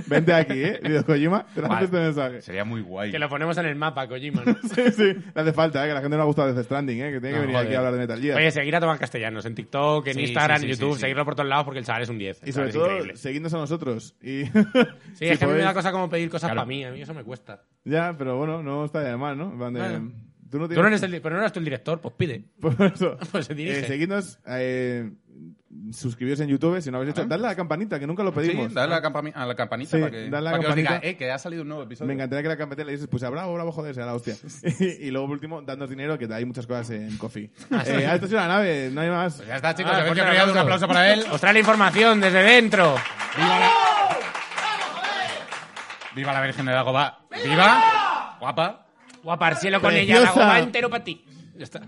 Vente aquí, ¿eh? Hideo Kojima, te lanzo
Vale.
este mensaje. Sí.
Sería muy guay.
Que lo ponemos en el mapa, Kojima. ¿no?
sí, Le hace falta, ¿eh? Que la gente no le ha gustado Death Stranding, ¿eh? Que tiene que
No,
venir
joder.
aquí a hablar de Metal Gear.
Oye, seguir a Tomás Castellanos en TikTok, en
Sí,
Instagram,
sí,
en
sí,
YouTube,
sí, sí.
seguirlo por todos lados porque el chaval es un 10. el
y
chaval
sobre
es
todo,
increíble.
seguidnos a nosotros. Y,
Sí,
si
es que a mí me
podéis-
da cosa como pedir cosas
Claro.
para mí, a mí eso me cuesta.
Ya, pero bueno, no está de mal, ¿no? En plan de-
Bueno.
Tú no
Tú no
tienes-
eres el, di- pero no eras tú el director, pues pide.
Por eso.
Pues se dirige.
Eh, seguidnos, eh, suscribiros en YouTube si no habéis hecho. Dadle a la campanita, que nunca lo
Sí,
pedimos.
dale a la, campami- a la campanita
Sí,
para que,
dale a la
para que os diga,
campanita.
eh, que ha salido un nuevo episodio.
Me encantaría que la campanita le dices, pues bravo, bravo, joder, sea la hostia. y, y luego, por último, dadnos dinero, que hay muchas cosas en Coffee. eh, ah, esto es una nave, no hay más.
Pues ya está, chicos.
Ah,
habéis
ponle
que pedir un aplauso para él.
Os trae la información desde dentro.
Viva la Virgen de Dagoba. Viva. Guapa.
Guapa, al cielo con ella, la
Preciosa.
goma entero para ti. Ya está.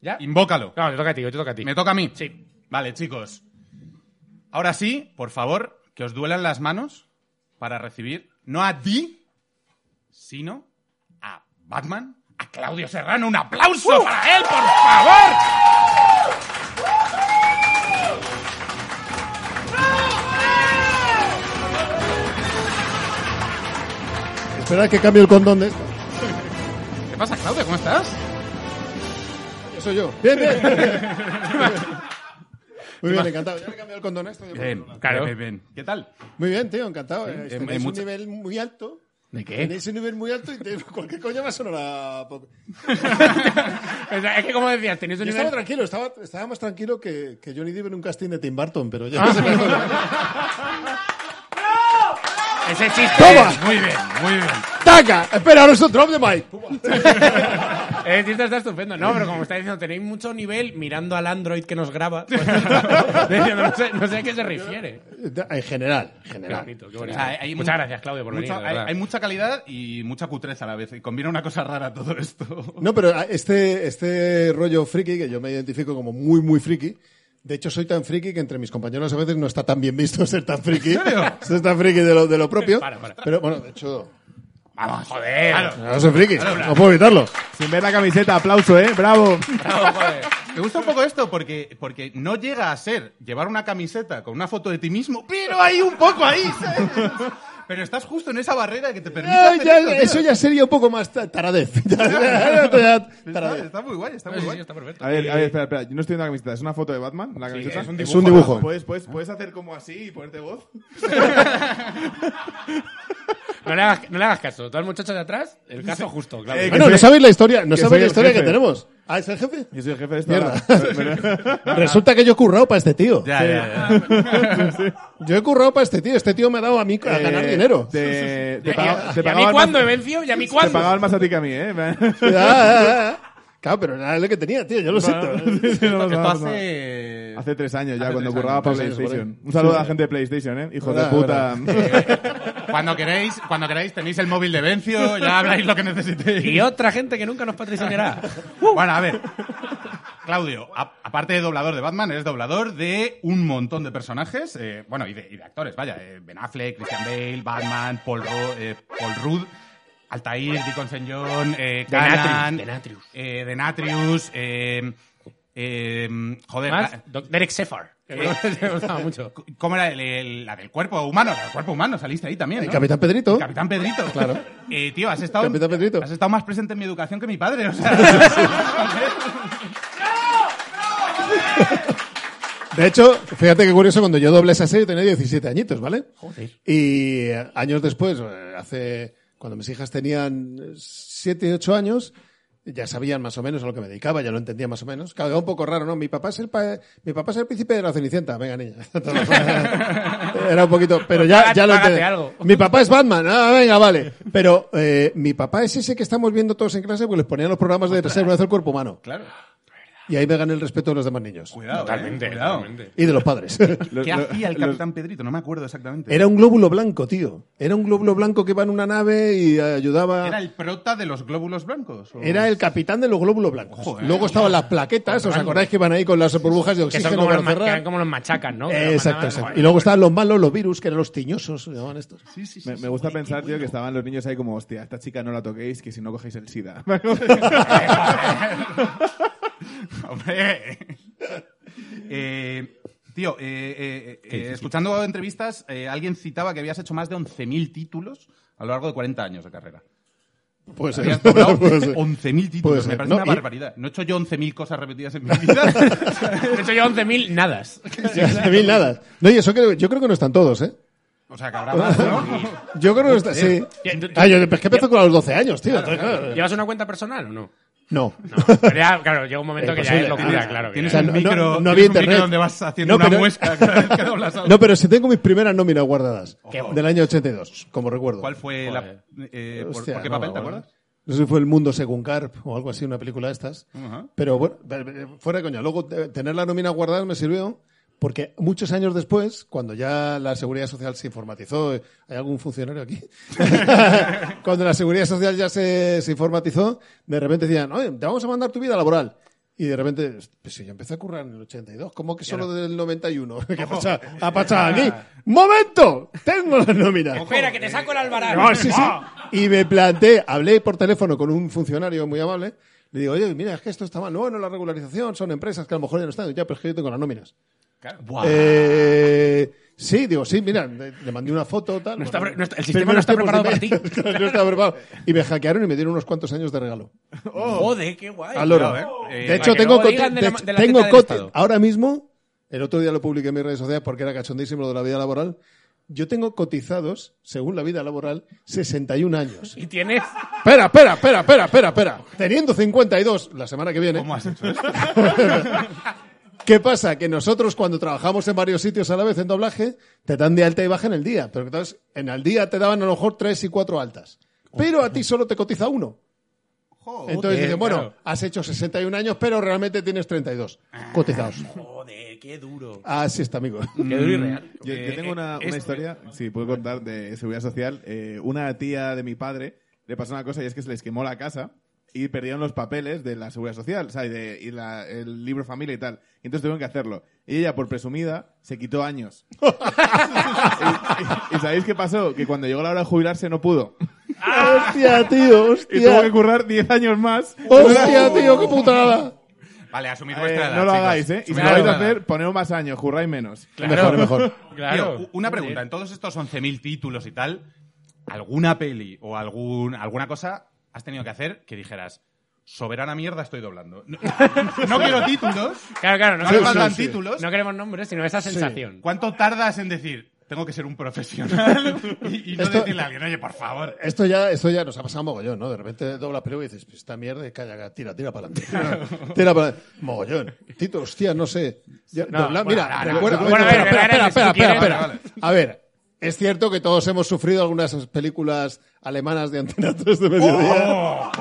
¿Ya?
Invócalo.
No, te toca a ti, te toca a ti.
¿Me toca a mí?
Sí.
Vale, chicos. Ahora sí, por favor, que os duelan las manos para recibir no a ti, sino a Batman, a Claudio Serrano. ¡Un aplauso para él, por favor!
Esperad que cambie el condón de esto.
¿Qué pasa, Claudio? ¿Cómo estás?
Soy yo. Bien, bien. Muy bien, encantado. Ya me he cambiado el condón a esto.
claro.
Bien, bien, bien. ¿Qué tal?
Muy bien, tío, encantado. eh.
eh,
Tenéis
hay
un
mucho-
nivel muy alto.
¿De qué?
Tenéis un nivel muy alto y te- cualquier coño va a sonar a... pop.
O sea, es que como decías, tenéis un
Yo estaba
nivel...
tranquilo, estaba, estaba más tranquilo que, que Johnny Depp en un casting de Tim Burton, pero ya...
Ah,
no se me acuerda.
Ese chiste.
¡Toma!
Muy bien, muy bien.
¡Taca! Espera, ahora es un drop de Mike.
Ese chiste Eh, está estupendo. No, pero como está diciendo, tenéis mucho nivel mirando al Android que nos graba. Pues, diciendo, no, sé, no sé a qué se refiere.
En general, en
Qué
general.
bonito, qué bonito.
O sea, hay mu-
Muchas gracias, Claudio, por
mucha-
venir. de
hay,
verdad.
hay mucha calidad y mucha cutreza a la vez. Y combina una cosa rara todo esto.
No, pero ah, este, este rollo friki, que yo me identifico como muy, muy friki, de hecho soy tan friki que entre mis compañeros a veces no está tan bien visto ser tan friki. Ser tan friki de lo, de lo propio.
Para, para.
Pero bueno, de hecho,
Vamos, joder.
no soy friki, no puedo evitarlo.
Sin ver la camiseta, aplauso, ¿eh? ¡Bravo!
Bravo, joder.
Me gusta un poco esto porque, porque no llega a ser llevar una camiseta con una foto de ti mismo, pero hay un poco ahí. ¿sabes? Pero estás justo en esa barrera que te permite.
Ah,
hacer
ya-
esto, tío.
eso ya sería un poco más ta- taradez.
Está,
Taradez.
está muy guay, está
Sí,
muy
sí,
guay.
está perfecto.
A ver, a ver, espera, espera. Yo no estoy viendo la camiseta. ¿Es una foto de Batman? ¿La camiseta?
es
Es un dibujo.
¿Puedes, puedes, ¿Puedes hacer como así y ponerte voz?
No le, hagas, no le hagas caso. Todo el muchacho de atrás, el caso justo, Claudio.
Eh,
Bueno, no sabéis la historia, no
que
sabéis
soy
la
el
historia que
jefe.
tenemos. Ah, ¿es el jefe?
Yo soy el jefe de esto.
Mierda.
ahora.
Resulta que yo he currado para este tío.
Ya, ya, ya.
Yo he currado para este tío. Este tío me ha dado a mí a ganar
Eh,
dinero.
Te, te
¿Y
pagaba,
a,
te
y a
pagaba
mí
el
cuándo he
más-
vencido? ¿Y a mí
te
cuándo?
pagaba el más a ti que a mí, ¿eh?
Ah, ah, ah. Claro, pero era lo que tenía, tío. Yo lo siento.
Sí, no, no,
Esto
no.
hace.
Hace tres años ya,
Hace
cuando
tres
curraba
años,
para
tres años,
PlayStation.
por ahí.
Un saludo
Sí,
a la
sí.
gente de PlayStation, ¿eh? Hijos
Hola,
de puta.
Cuando queréis, cuando queréis tenéis el móvil de Bencio, ya habláis lo que necesitéis.
Y otra gente que nunca nos patrocinará. Uh.
Bueno, a ver. Claudio, a- aparte de doblador de Batman, eres doblador de un montón de personajes, eh, bueno, y de, y de actores, vaya, eh, Ben Affleck, Christian Bale, Batman, Paul, Ro- eh, Paul Rudd, Altair, Dickinson John, eh, Canan,
Denatrius.
eh, Denatrius, eh, eh, joder,
Además,
Ah.
la- eh,
Doc- Derek Sefar. Que no me gustaba mucho.
¿cómo era el- el- la del cuerpo humano? La del cuerpo humano, saliste ahí también,
El
¿no?
Capitán Pedrito.
El Capitán Pedrito.
Claro.
Eh, tío, has estado,
Capitán Pedrito.
has estado más presente en mi educación que mi padre. O sea,
De hecho, fíjate qué curioso, cuando yo doblé esa serie tenía 17 añitos, ¿vale? Y eh, años después, eh, hace, cuando mis hijas tenían 7 y 8 años, ya sabían más o menos a lo que me dedicaba, ya lo entendía más o menos. Claro, era un poco raro, ¿no? Mi papá es el, pa- mi papá es el príncipe de la Cenicienta. Venga, niña. eh, era un poquito, pero ya,
Págate-
ya lo
págate
entendí.
algo.
Mi papá es Batman. Ah, venga, vale. Pero eh, mi papá es ese que estamos viendo todos en clase porque les ponían los programas de reserva del cuerpo humano.
Claro.
Y ahí me gané el respeto de los demás niños.
Cuidado.
Totalmente,
eh, cuidado.
totalmente.
Y de los padres.
¿Qué
Lo- lo-
hacía el
los-
Capitán Pedrito? No me acuerdo exactamente.
Era un glóbulo blanco, tío. Era un glóbulo blanco que iba en una nave y ayudaba.
¿Era el prota de los glóbulos blancos? ¿O-
Era el capitán de los glóbulos blancos.
Joder.
Luego estaban las plaquetas, ¿os acordáis que iban ahí con las burbujas de
Que
oxígeno
son como
para
los, ma- que
cerrar?
eran como los machacan, ¿no? Que
Eh,
los
exacto,
mandaban-
exacto.
Joder,
Y luego estaban los malos, los virus, que eran los tiñosos, se llamaban estos.
Me, me gusta pensar, tío, que estaban los niños ahí como, hostia, esta chica no la toquéis, que si no cogéis el SIDA.
Hombre. Eh, tío, eh, eh, eh, escuchando entrevistas, eh, alguien citaba que habías hecho más de 11.000 títulos a lo largo de 40 años de carrera.
Pues
Habías doblado
Puede ser.
11.000 títulos.
Puede
me
ser.
parece
No,
una
y-
barbaridad. No he hecho yo 11.000 cosas repetidas en mi vida.
De hecho, yo 11.000 nadas.
Ya, de mil nadas. No, y eso creo, yo creo que no están todos, ¿eh?
o sea, que habrá más, ¿no?
Yo creo que no están, sí.
Ya, tú- tú-
Ah, yo es que empezó con los 12 años, tío. entonces, claro.
¿Llevas una cuenta personal o no?
No.
Pero ya, claro, llega un momento
Es
que ya es
posible.
locura, claro. que
Tienes
ya-
O sea,
un
no-
micro,
no- no
tienes
había
un
internet.
micro donde vas haciendo
No,
una
pero-
muesca cada vez que doblas algo.
No, pero si tengo mis primeras nóminas guardadas. Del año 82, como recuerdo.
¿Cuál fue la...
Joder.
eh, por,
Hostia,
por qué
no me
papel, te
acuerdo.
acuerdas?
No sé si fue El Mundo según Carp o algo así, una película de estas.
Ajá.
Pero bueno, eh, fuera de coña. Luego, eh, tener la nómina guardada me sirvió porque muchos años después, cuando ya la Seguridad Social se informatizó, eh, ¿hay algún funcionario aquí? cuando la Seguridad Social ya se, se informatizó, de repente decían, oye, te vamos a mandar tu vida laboral. Y de repente, pues si yo empecé a currar en el 82, ¿cómo que solo del 91? ¿Qué ha pasado, ha pasado a mí? ¡Momento! Tengo la nómina.
Espera, que te saco el alvarado.
No, Ah, sí, sí. Y me planteé, hablé por teléfono con un funcionario muy amable. Le digo, oye, mira, es que esto está mal. No, bueno, la regularización son empresas que a lo mejor ya no están. Ya, pero es que yo tengo las nóminas.
Ah.
Eh, sí, digo, sí, mira, le le mandé una foto, tal.
No está
Bueno,
pre- no está- el sistema
primeros
no está
tiempos
preparado
de-
para ti.
Claro, no está preparado. Y me hackearon y me dieron unos cuantos años de regalo.
Joder, qué guay.
Ah,
Al oro.
cuidado, eh. Eh,
de
para
hecho,
que
tengo
luego
conte-
digan de
de-
la- de la
tengo
teta del
conte-
Estado.
Ahora mismo, el otro día lo publiqué en mis redes sociales porque era cachondísimo lo de la vida laboral. Yo tengo cotizados, según la vida laboral, 61 años.
Y tienes...
Espera, espera, espera, espera, espera, espera. Teniendo 52 la semana que viene.
¿Cómo has hecho esto?
¿Qué pasa? Que nosotros cuando trabajamos en varios sitios a la vez en doblaje, te dan de alta y baja en el día. Pero entonces, en el día te daban a lo mejor tres y cuatro altas. Pero a ti solo te cotiza uno. Entonces dices, bueno,
claro.
has hecho 61 años, pero realmente tienes 32 cotizados.
Joder, qué duro.
Así está, amigo.
Qué duro y real.
Yo, yo
Eh,
tengo una,
eh,
una
este-
historia, si puedo contar, de seguridad social. Eh, una tía de mi padre le pasó una cosa y es que se les quemó la casa y perdieron los papeles de la seguridad social, o sea, y, de- y la- el libro familia y tal. Y entonces tuvieron que hacerlo. Y ella, por presumida, se quitó años. y, y- y sabéis qué pasó? Que cuando llegó la hora de jubilarse no pudo.
¡Hostia, tío!
Y tuvo
¡Hostia!
que currar 10 años más.
Oh. ¡Hostia, tío! ¡Qué putada!
Vale, asumid
Eh,
vuestra edad,
no lo
chicos.
hagáis, ¿eh? Y si
Asumid
lo vais a
vuestra edad.
hacer, poneos más años, curráis menos.
Mejor, mejor.
Claro.
Tío, u- una pregunta. En todos estos 11.000 títulos y tal, ¿alguna peli o algún, alguna cosa has tenido que hacer que dijeras, soberana mierda estoy doblando? No, no quiero títulos,
Claro, claro.
no
No,
me
queremos,
faltan
sí.
títulos.
no queremos nombres, sino esa sensación.
¿Cuánto tardas en decir, tengo que ser un profesional y, y no
Esto-
decirle a alguien, oye, por favor?
Esto ya, esto ya nos ha pasado mogollón, ¿no? De repente doblas película y dices, "Pues esta mierda, calla, calla, tira, tira para adelante. tira para adelante. Mogollón. Tito, hostia, no sé. Ya, dobla- mira,
no,
recuerda.
no, bueno,
espera,
a ver,
espera,
a ver,
espera,
si quieres-
espera, espera.
Vale,
A ver, es cierto que todos hemos sufrido algunas películas alemanas de Antena 3
¡Oh!
de mediodía.
¡Oh!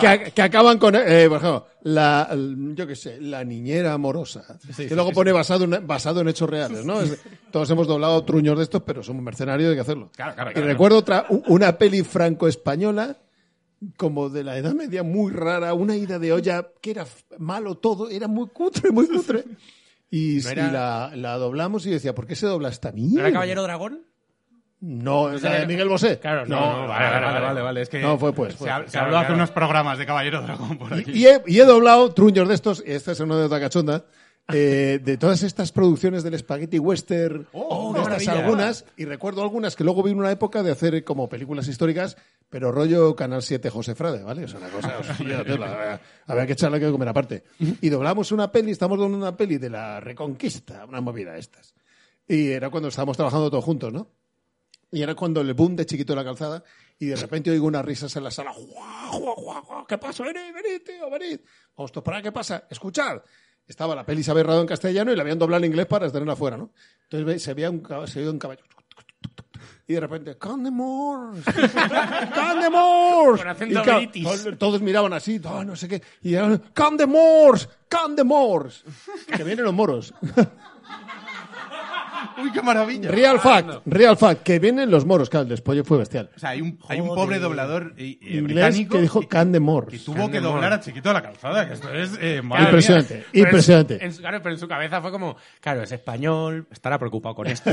que, que acaban con, eh, por ejemplo, la, el- yo qué sé, la niñera amorosa. que luego pone basado en, basado en hechos reales, ¿no? Es- todos hemos doblado truños de estos, pero somos mercenarios y hay que hacerlo.
Claro, claro,
y
claro.
recuerdo otra, u- una peli franco-española, como de la Edad Media, muy rara, una ida de olla que era f- malo todo, era muy cutre, muy cutre. Y,
¿No era-
y la, la doblamos y yo decía, ¿por qué se dobla esta
¿No era
mierda?
Caballero Dragón?
No, es la de Miguel Bosé.
Claro, no. no, vale, vale, vale, vale.
Es que
No, fue pues. fue.
se, ha- se habló hace unos programas de Caballero Dragón por aquí.
Y, y he, y he doblado truños de estos, y esta es una de otra cachonda, eh, de todas estas producciones del Spaghetti Western,
Oh,
de
qué
estas
maravilla.
algunas, y recuerdo algunas que luego vi en una época de hacer como películas históricas, pero rollo Canal 7 José Frade, ¿vale? Es una cosa, hostia, tela, había que echarle que comer aparte. Y doblamos una peli, estamos doblando una peli de la Reconquista, una movida de estas. Y era cuando estábamos trabajando todos juntos, ¿no? Y era cuando el boom de Chiquito de la Calzada y de repente oigo unas risas en la sala. ¡Guau, guau, guau, guau! ¿Qué pasa? Venid, venid, tío, venid. Vamos todos para acá, ¿qué pasa? Escuchad. Estaba la peli Isabel Rado en castellano y la habían doblado en inglés para tenerla afuera, ¿no? Entonces ve- se veía un caballo, se oía un caballo. Y de repente, ¡Candemore! ¡Candemore!
Con acento
Y claro,
british.
to- todos miraban así, "Ah, no sé qué. Y eran, ¡Candemore! ¡Candemore! Que vienen los moros.
Uy, qué maravilla.
Real fact, real fact, que vienen los moros, claro, el despollo fue bestial.
O sea, hay un, hay un pobre doblador eh, eh,
Inglés
británico
que dijo Can de Mors.
que tuvo que doblar a Chiquito de la Calzada, que esto es... eh, madre mía.
Impresionante,
Pero en su-
impresionante.
en su- claro, pero en su cabeza fue como, claro, es español, estará preocupado con esto.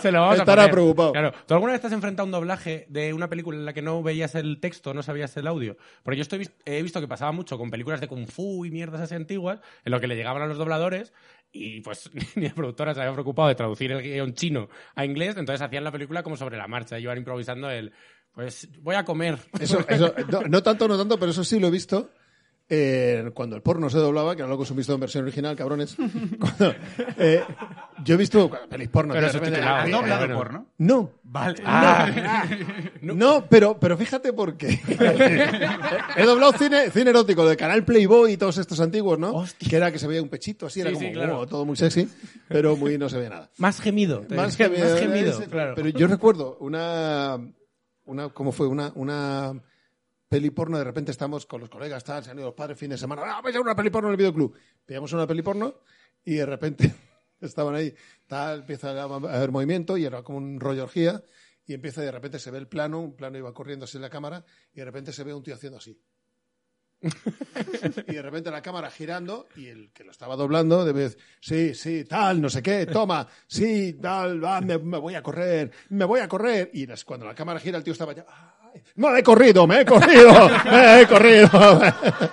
Se lo vamos a
Estará
poner.
preocupado.
Claro. ¿Tú alguna vez te has enfrentado a un doblaje de una película en la que no veías el texto, no sabías el audio? Porque yo estoy, he visto que pasaba mucho con películas de kung fu y mierdas así antiguas, en lo que le llegaban a los dobladores y pues ni la productora se había preocupado de traducir el guión chino a inglés, entonces hacían la película como sobre la marcha, y iban improvisando el, pues voy a comer.
Eso, eso, no, no tanto, no tanto, pero eso sí lo he visto. eh, cuando el porno se doblaba, que no lo he consumido en versión original, cabrones. Cuando, eh, yo he visto pelis porno.
Pero
tío, de repente-
subtitulado.
¿Han
Eh,
doblado
bueno.
porno?
No,
Vale.
no, pero, pero fíjate por qué. he doblado cine, cine erótico de Canal Playboy y todos estos antiguos, ¿no? Que era que se veía un pechito así, era
Sí,
como
sí, claro.
"Wow", todo muy sexy, pero muy no se veía nada.
Más gemido.
Más gemido. eh,
Más gemido,
Ese-
claro.
Pero yo recuerdo una, una ¿cómo fue? Una, una peli porno, de repente estamos con los colegas, tal, se han ido los padres fin de semana, ¡ah, vais a ver una peli porno en el videoclub! Pillamos una peli porno y de repente estaban ahí, tal, empieza a haber movimiento y era como un rollo orgía y empieza y de repente se ve el plano, un plano iba corriendo así en la cámara y de repente se ve un tío haciendo así. y de repente la cámara girando y el que lo estaba doblando de vez, sí, sí, tal, no sé qué, toma, sí, tal, va, me, me voy a correr, me voy a correr. Y las- cuando la cámara gira el tío estaba ya, "Ay, me he corrido, me he corrido, me he corrido.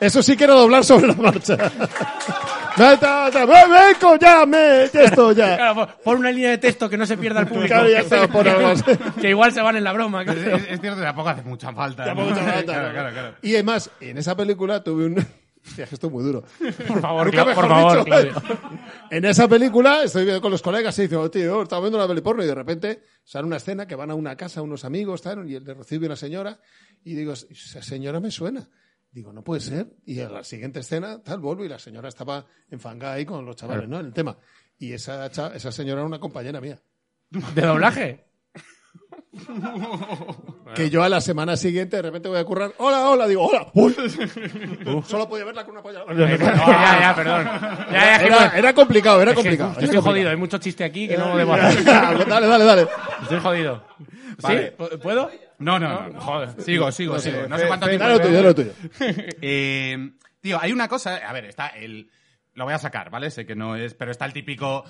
Eso sí quiero doblar sobre la marcha. Me, ta- ta- me, me, co- ya, me, esto ya.
Claro, pon- pon una línea de texto que no se pierda el público.
Claro, ya está, por algo así.
que igual se van en la broma.
Es, es- es cierto, tampoco hace mucha falta. ¿no?
Tampoco te va a matar,
Claro,
¿no?
claro, claro.
Y además, en esa película tuve un. Hostia, que esto es muy duro.
Por favor,
Nunca
Cla- por
mejor
favor.
dicho,
Claudio.
En esa película estoy viendo con los colegas y dice, "Oh, tío, estaba viendo una peli porno y de repente sale una escena que van a una casa unos amigos tal, y le recibe una señora y digo, esa señora me suena. Digo, no puede ser. Y a la siguiente escena, tal, vuelvo y la señora estaba enfangada ahí con los chavales, ¿no? En el tema. Y esa, cha- esa señora era una compañera mía.
¿De doblaje?
Que yo a la semana siguiente de repente voy a currar, hola, hola, digo, hola. Uy. Solo podía verla con una polla.
ya, ya, perdón. Ya, ya, es que-
Era, era complicado, era
es que
complicado.
yo estoy
era
jodido,
complicado.
hay mucho chiste aquí que
Eh,
no debo hacer.
dale, dale, dale.
Estoy jodido.
Vale.
¿Sí? ¿Pu- ¿Puedo?
No, no, no.
Joder.
Sigo, sigo, sigo. No sé cuánto tiempo.
Dale lo tuyo, dale lo tuyo.
Eh, tío, hay una cosa. A ver, está el. Lo voy a sacar, ¿vale? Sé que no es. Pero está el típico.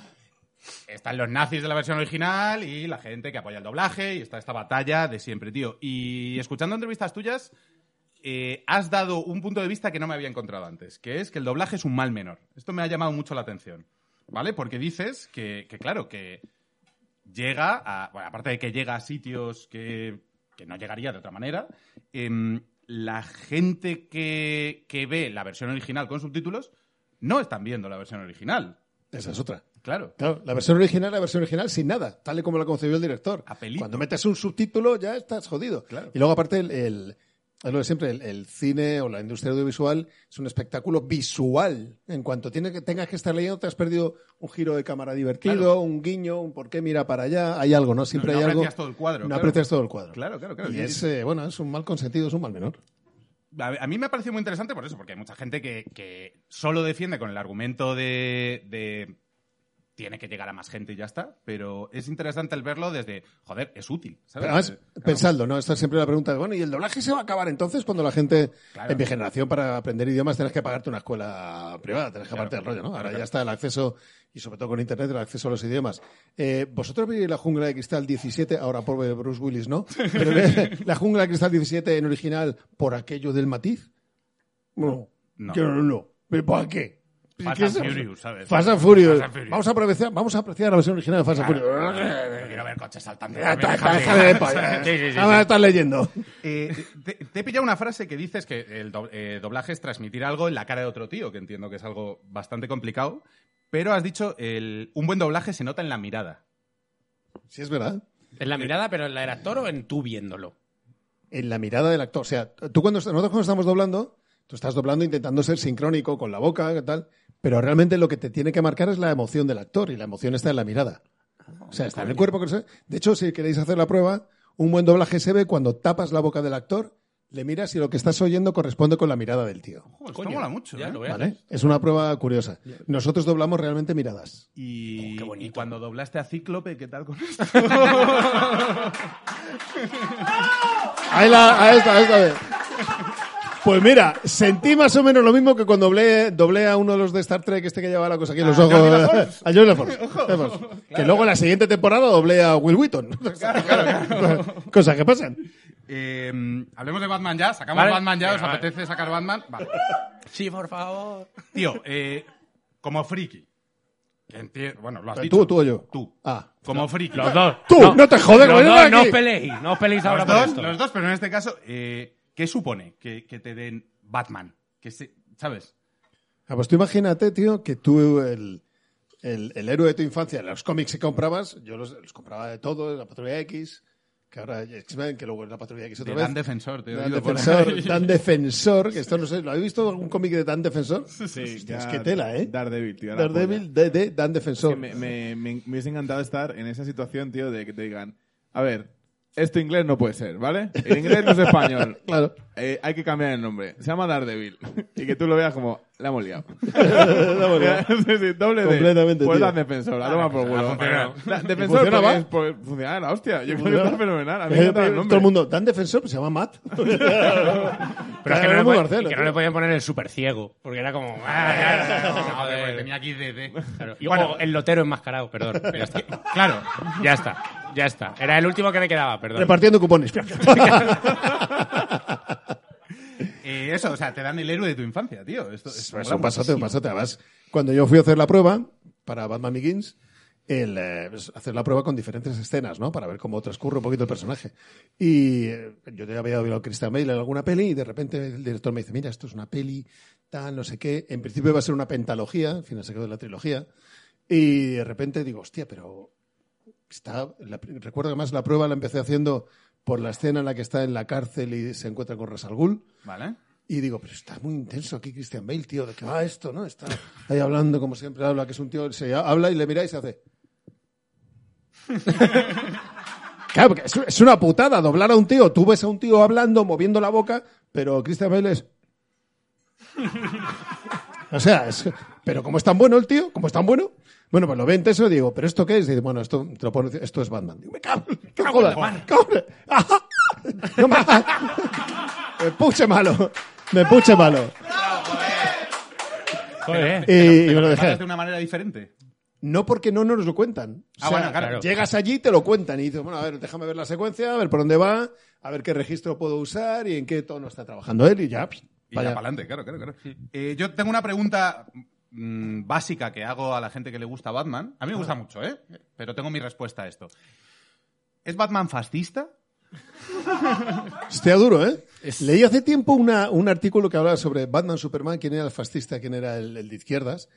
Están los nazis de la versión original y la gente que apoya el doblaje y está esta batalla de siempre, tío. Y escuchando entrevistas tuyas, eh, has dado un punto de vista que no me había encontrado antes, que es que el doblaje es un mal menor. Esto me ha llamado mucho la atención, ¿vale? Porque dices que, que claro, que llega a. Bueno, aparte de que llega a sitios que, que no llegaría de otra manera, em, la gente que, que ve la versión original con subtítulos no están viendo la versión original.
Esa es otra.
Claro.
Claro, la versión original, la versión original sin nada, tal y como la concebió el director.
Mm. A pelito.
Cuando metes un subtítulo ya estás jodido.
Claro.
Y luego aparte el, el- es lo de siempre, el, el cine o la industria audiovisual es un espectáculo visual. En cuanto tiene que, tengas que estar leyendo, te has perdido un giro de cámara divertido,
Claro.
un guiño, un por qué mira para allá, hay algo, ¿no? Siempre
No- no
hay algo.
aprecias todo el cuadro,
No
claro.
aprecias todo el cuadro.
Claro, claro, claro.
Y
Yo
es, eh, bueno, es un mal consentido, es un mal menor.
A, a mí me ha parecido muy interesante por eso, porque hay mucha gente que, que solo defiende con el argumento de, de tiene que llegar a más gente y ya está, pero es interesante el verlo desde, joder, es útil. ¿sabes? Eh,
Pero además,
Claro.
pensadlo, ¿no? Esta es siempre la pregunta de, bueno, ¿y el doblaje se va a acabar entonces cuando la gente,
Claro.
en mi generación, para aprender idiomas tenés que pagarte una escuela privada, tenés que pagarte el rollo, ¿no? Ahora ya está el acceso, y sobre todo con Internet, el acceso a los idiomas. Eh, Vosotros veis La Jungla de Cristal 17, ahora por Bruce Willis, ¿no? Pero veis La Jungla de Cristal 17 en original por aquello del matiz. No.
No.
Yo no. ¿Pero para qué?
Fast
¿Qué
and
es eso?
Furious, ¿sabes?
Fast and Furious.
Fast and Furious.
Vamos, a apreciar, vamos a apreciar la versión original de Fast and Furious.
Eh, Quiero ver coches saltando.
Ya está, déjame, déjame de pa-
Sí, sí, sí,
No me
sí.
Ah, estás leyendo.
Eh, te, te he pillado una frase que dices que el do- eh, doblaje es transmitir algo en la cara de otro tío, que entiendo que es algo bastante complicado, pero has dicho el, un buen doblaje se nota en la mirada.
Sí, es verdad.
En la mirada, pero en la del actor o en tú viéndolo.
en la mirada del actor. O sea, tú cuando nosotros cuando estamos doblando, tú estás doblando intentando ser sincrónico con la boca, ¿qué tal? Pero realmente lo que te tiene que marcar es la emoción del actor y la emoción está en la mirada. O sea, está en el cuerpo. que no sé. De hecho, si queréis hacer la prueba, un buen doblaje se ve cuando tapas la boca del actor, le miras y lo que estás oyendo corresponde con la mirada del tío.
Joder, esto
Oh, Coño,
mola mucho.
ya
¿eh?
lo veo.
¿Vale? Es una prueba curiosa. Nosotros doblamos realmente miradas.
Y,
Oh, qué bonito.
y cuando doblaste a Cíclope, ¿qué tal con esto?
Ahí la, ahí está, ahí está. Pues mira, sentí más o menos lo mismo que cuando doblé, doblé a uno de los de Star Trek, este que llevaba la cosa aquí en los ojos.
Jordi LaForce.
A Jordi LaForce. LaForce. Que luego en la siguiente temporada doblé a Will Wheaton. Cosas que pasan.
Eh, hablemos de Batman ya, sacamos
Vale.
Batman ya,
Venga,
¿os
vale.
apetece sacar Batman? Vale.
Sí, por favor.
Tío, eh, como friki. enti- Bueno, lo has dicho.
Eh, ¿Tú, tú o yo?
Tú.
Ah.
Como friki.
Los dos.
Tú, no te jodes,
los
coño,
dos,
aquí.
No os peleéis, no os peleéis ahora
Los
por
dos,
esto.
los dos, pero en este caso, eh, ¿qué supone que, que te den Batman? Que se- ¿Sabes?
Ah, pues tú imagínate, tío, que tú el, el, el héroe de tu infancia, los cómics que comprabas, yo los, los compraba de todos, la Patrulla X, que ahora es X-Men, que luego es la Patrulla X otra
De
vez.
Dan Defensor, te he
Dan
oído por ahí.
Defensor, Dan Defensor, que esto no sé, ¿lo habéis visto algún cómic de Dan Defensor?
Sí,
Hostia, es
ya
que tela, ¿eh?
Daredevil, tío. a la
Daredevil
polla.
de, de Dan
Es
Defensor.
que me, me, me- me hubiese encantado estar en esa situación, tío, de que te digan, a ver, esto inglés no puede ser, ¿vale? El inglés no es español.
Claro.
Eh, hay que cambiar el nombre. Se llama Daredevil. Y que tú lo veas como, la hemos liado. sí, sí, doble D.
Completamente,
Pues
tío.
Dan Defensor, la toma por
Ah, pues Ha
culo.
funcionado.
Da-
¿Y
Defensor,
funcionaba?
porque es- porque funcionaba la hostia. Yo creo que está fenomenal. A mí me
Eh,
encanta el nombre.
todo el mundo, Dan Defensor, pues se llama Matt. Eh, Pero
Pero es que no, le, podían- que no le podían poner el super ciego, porque era como. "Ah, ya, Eh, ya, ya,
Joder,
joder".
pues tenía aquí DD.
Y, o el lotero enmascarado, perdón. Ya está. claro, ya está, ya está. Era el último que me quedaba, perdón.
Repartiendo cupones.
Eh, eso, o sea, te dan el héroe de tu infancia, tío. Esto, esto
Pues
mola
un pasate, un
muchísimo.
pasate. Además, cuando yo fui a hacer la prueba para Batman Begins, el, eh, pues, hacer la prueba con diferentes escenas, ¿no? Para ver cómo transcurre un poquito el personaje. Y eh, yo ya había oído a Christian Bale en alguna peli y de repente el director me dice, mira, esto es una peli, tal, no sé qué. En principio iba a ser una pentalogía, al final se quedó en la trilogía. Y de repente digo, hostia, pero está, la- recuerdo que más la prueba la empecé haciendo por la escena en la que está en la cárcel y se encuentra con Ra's al Ghul.
Vale.
Y digo, pero está muy intenso aquí Christian Bale, tío, ¿de qué va esto, no? Está ahí hablando como siempre habla, que es un tío, se habla y le miráis y se hace... claro, porque es, es una putada doblar a un tío. Tú ves a un tío hablando, moviendo la boca, pero Christian Bale es... O sea, es- pero como es tan bueno el tío, como es tan bueno, bueno, pues lo ve intenso y digo, ¿pero esto qué es? Y dice, bueno, esto, te lo pone- esto es Batman. Digo, me cago, me cago en la mar. Ajá. No me me puche malo. Me puche malo.
Joder.
Y, y me lo
Paras
dejé.
de una manera diferente.
No porque no nos lo cuentan. O
Ah,
sea,
bueno, claro.
Llegas allí y te lo cuentan. Y dices, bueno, a ver, déjame ver la secuencia, a ver por dónde va, a ver qué registro puedo usar y en qué tono está trabajando él. Y ya, pss,
Y
vaya.
ya para adelante, claro, claro, claro. Eh, yo tengo una pregunta mm, básica que hago a la gente que le gusta Batman. A mí me gusta mucho, ¿eh? Pero tengo mi respuesta a esto. ¿Es Batman fascista?
Hostia, duro, ¿eh? Leí hace tiempo una- un artículo que hablaba sobre Batman, Superman, quién era el fascista, quién era el, el de izquierdas.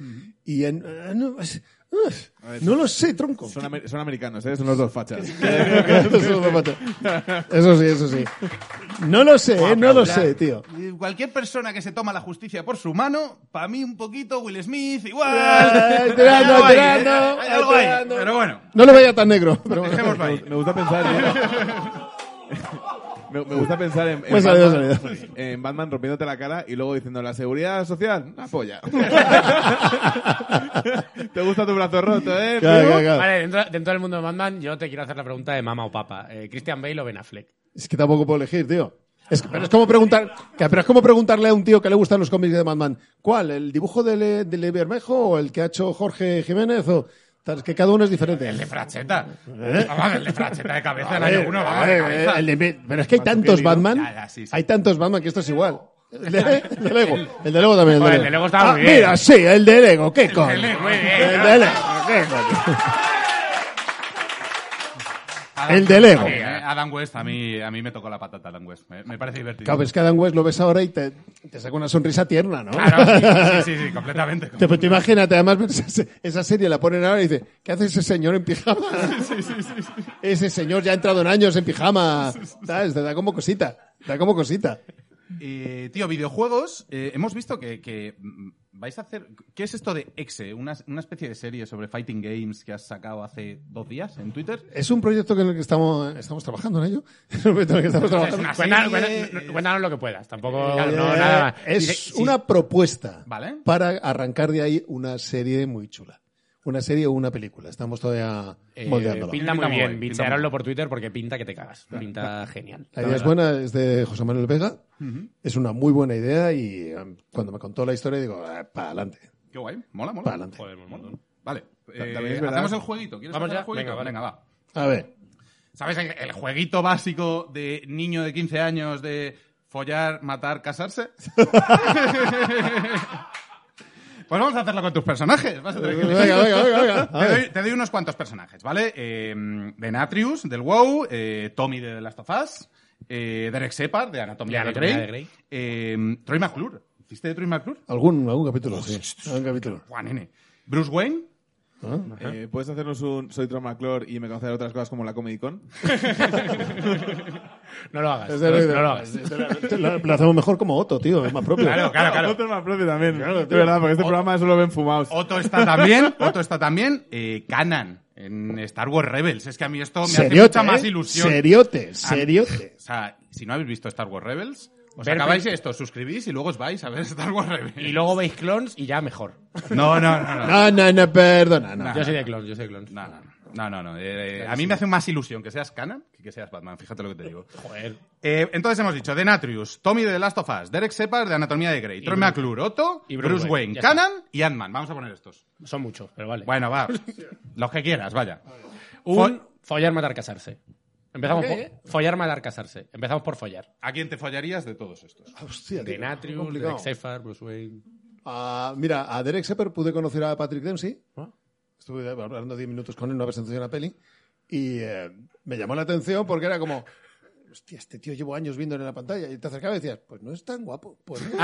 Y en... eh, no, es- uf, no lo sé, tronco.
Son, amer- son americanos, ¿eh? Son los dos fachas.
eso sí, eso sí. No lo sé, ¿eh? no lo sé, tío.
Eh, Cualquier persona que se toma la justicia por su mano, para mí un poquito Will Smith,
Ah,
igual.
tirando,
Hay algo ahí,
tirando,
¿eh? Hay algo ahí.
tirando.
Pero bueno,
No lo veía tan negro. pero bueno.
dejémoslo ahí.
Me gusta pensar. ¿eh? Me, me gusta pensar en, en
Pues salido,
Batman, en Batman rompiéndote la cara y luego diciendo la seguridad social, una polla. ¿Te gusta tu brazo roto, eh?
Claro, claro, claro.
Vale, dentro, dentro del mundo de Batman, yo te quiero hacer la pregunta de mamá o papa. Eh, ¿Christian Bale o Ben Affleck?
Es que tampoco puedo elegir, tío. Es que- pero, es como preguntar, que- pero es como preguntarle a un tío que le gustan los cómics de Batman, ¿cuál? ¿El dibujo de, Le, de Le Bermejo o el que ha hecho Jorge Jiménez? O, tal, es que cada uno es diferente.
El de Fracheta. Vamos, el de Fracheta de cabeza del
¿Eh? A ver,
año uno,
a
vamos, de
ver,
cabeza.
el de- pero es que hay tantos Batman,
Ya, ya, sí, sí.
hay tantos Batman que esto es igual. El de, el de Lego. El de Lego también.
Joder,
El
el
de
de
Lego
Lego estaba
Ah,
muy bien.
Mira, sí, el de Lego. ¿Qué coño? El
Lego, muy bien, ¿no?
de Lego. ¿Qué coño? El de Lego.
A mí, eh, Adam West, a mí, a mí me tocó la patata Adam West. Me, me parece divertido.
Claro, pero es que Adam West lo ves ahora y te, te saca una sonrisa tierna, ¿no?
Claro, sí, sí, sí, sí, completamente.
Te, pues, te imagínate, además ves esa, esa serie, la ponen ahora y dice, ¿qué hace ese señor en pijama? Ese señor ya ha entrado en años en pijama. ¿Sabes? Te da como cosita. Te da como cosita.
Eh, tío, videojuegos. eh, hemos visto que, que, mm, vais a hacer. ¿Qué es esto de Exe? Una, una especie de serie sobre fighting games que has sacado hace dos días en Twitter.
Es un proyecto que en el que estamos, estamos trabajando en ello. Es un proyecto en el que estamos trabajando.
una
Cuéntanos,
serie,
cuéntanos-
eh,
cuéntanos lo que puedas. Tampoco.
Eh,
no, nada más.
Es
Dice- sí,
una propuesta
Vale.
para arrancar de ahí una serie muy chula. Una serie o una película. Estamos todavía
eh,
moldeándola.
pinta muy
Pinta
bien.
guay, pinta
Bichearoslo por Twitter porque pinta que te cagas. Pinta genial.
La idea es buena, es de José Manuel Vega. Es una muy buena idea y um, cuando me contó la historia digo, para adelante.
Qué guay. Mola, mola.
Para adelante.
Vale. eh,
También es verdad.
hacemos el jueguito. ¿Quieres
¿Vamos
hacer el
ya?
jueguito?
Venga, vale.
va.
A ver.
¿Sabes el, el jueguito básico de niño de 15 años de follar, matar, casarse? pues vamos a hacerlo con tus personajes. Vas a tener que
Venga,
elegir.
venga, venga, venga. A
Te
ver.
doy, te doy unos cuantos personajes, ¿vale? Eh, Denatrius, del WoW, eh, Tommy de The Last of Us, eh, Derek Separ, de Anatomía
De
de,
Anatomía
Grey,
de Grey.
eh, Troy McClure. ¿Hiciste de Troy McClure?
Algún, algún capítulo, sí. Algún capítulo.
Buah, nene. Bruce Wayne,
Eh, ¿Puedes hacernos un Soy Tron McClure y me conocer otras cosas como la Comedy Con?
No lo hagas.
Es
No,
de-
no lo hagas.
Lo lo hacemos mejor como Otto, tío, es más propio.
Claro, claro, claro.
Otro más propio también. de verdad, porque este programa solo ven fumados.
Otto está también, Otto está también, eh, Kanan en Star Wars Rebels. Es que a mí esto me hace
Seriote,
mucha más
¿eh?
ilusión.
Seriote, seriote.
O sea, si no habéis visto Star Wars Rebels, os
Ver
acabáis
peli-
esto, suscribís y luego os vais a ver Star Wars Rebels.
Y luego veis clones y ya mejor.
No, no, no, no.
No, no, no, perdona, no.
Yo soy de clones, yo soy de clones.
No, no, no, no, no. Eh, a mí me hace más ilusión que seas Kanan que que seas Batman. Fíjate lo que te digo.
Joder.
Eh, entonces hemos dicho Denatrius, Tommy de The Last of Us, Derek Separ de Anatomía de Grey, Troy
Bruce-
McClure, Otto,
y
Bruce,
Bruce Wayne.
Wayne,
Ya está.
Kanan y Ant-Man. Vamos a poner estos.
Son muchos, pero vale.
Bueno, va. Los que quieras, vaya.
Un follar, matar, casarse. Empezamos
¿Qué?
por follar, matar, casarse. Empezamos por follar.
¿A quién te follarías de todos estos?
Hostia, tío, qué
Denatrium,
complicado.
Derek Sefar, Bruce Wayne.
Ah, mira, a Derek Sepper pude conocer a Patrick Dempsey.
Ah.
Estuve hablando 10 minutos con él en una presentación de la peli. Y eh, me llamó la atención porque era como. Hostia, este tío llevo años viéndolo en la pantalla. Y te acercabas y decías, pues no es tan guapo. Pues no.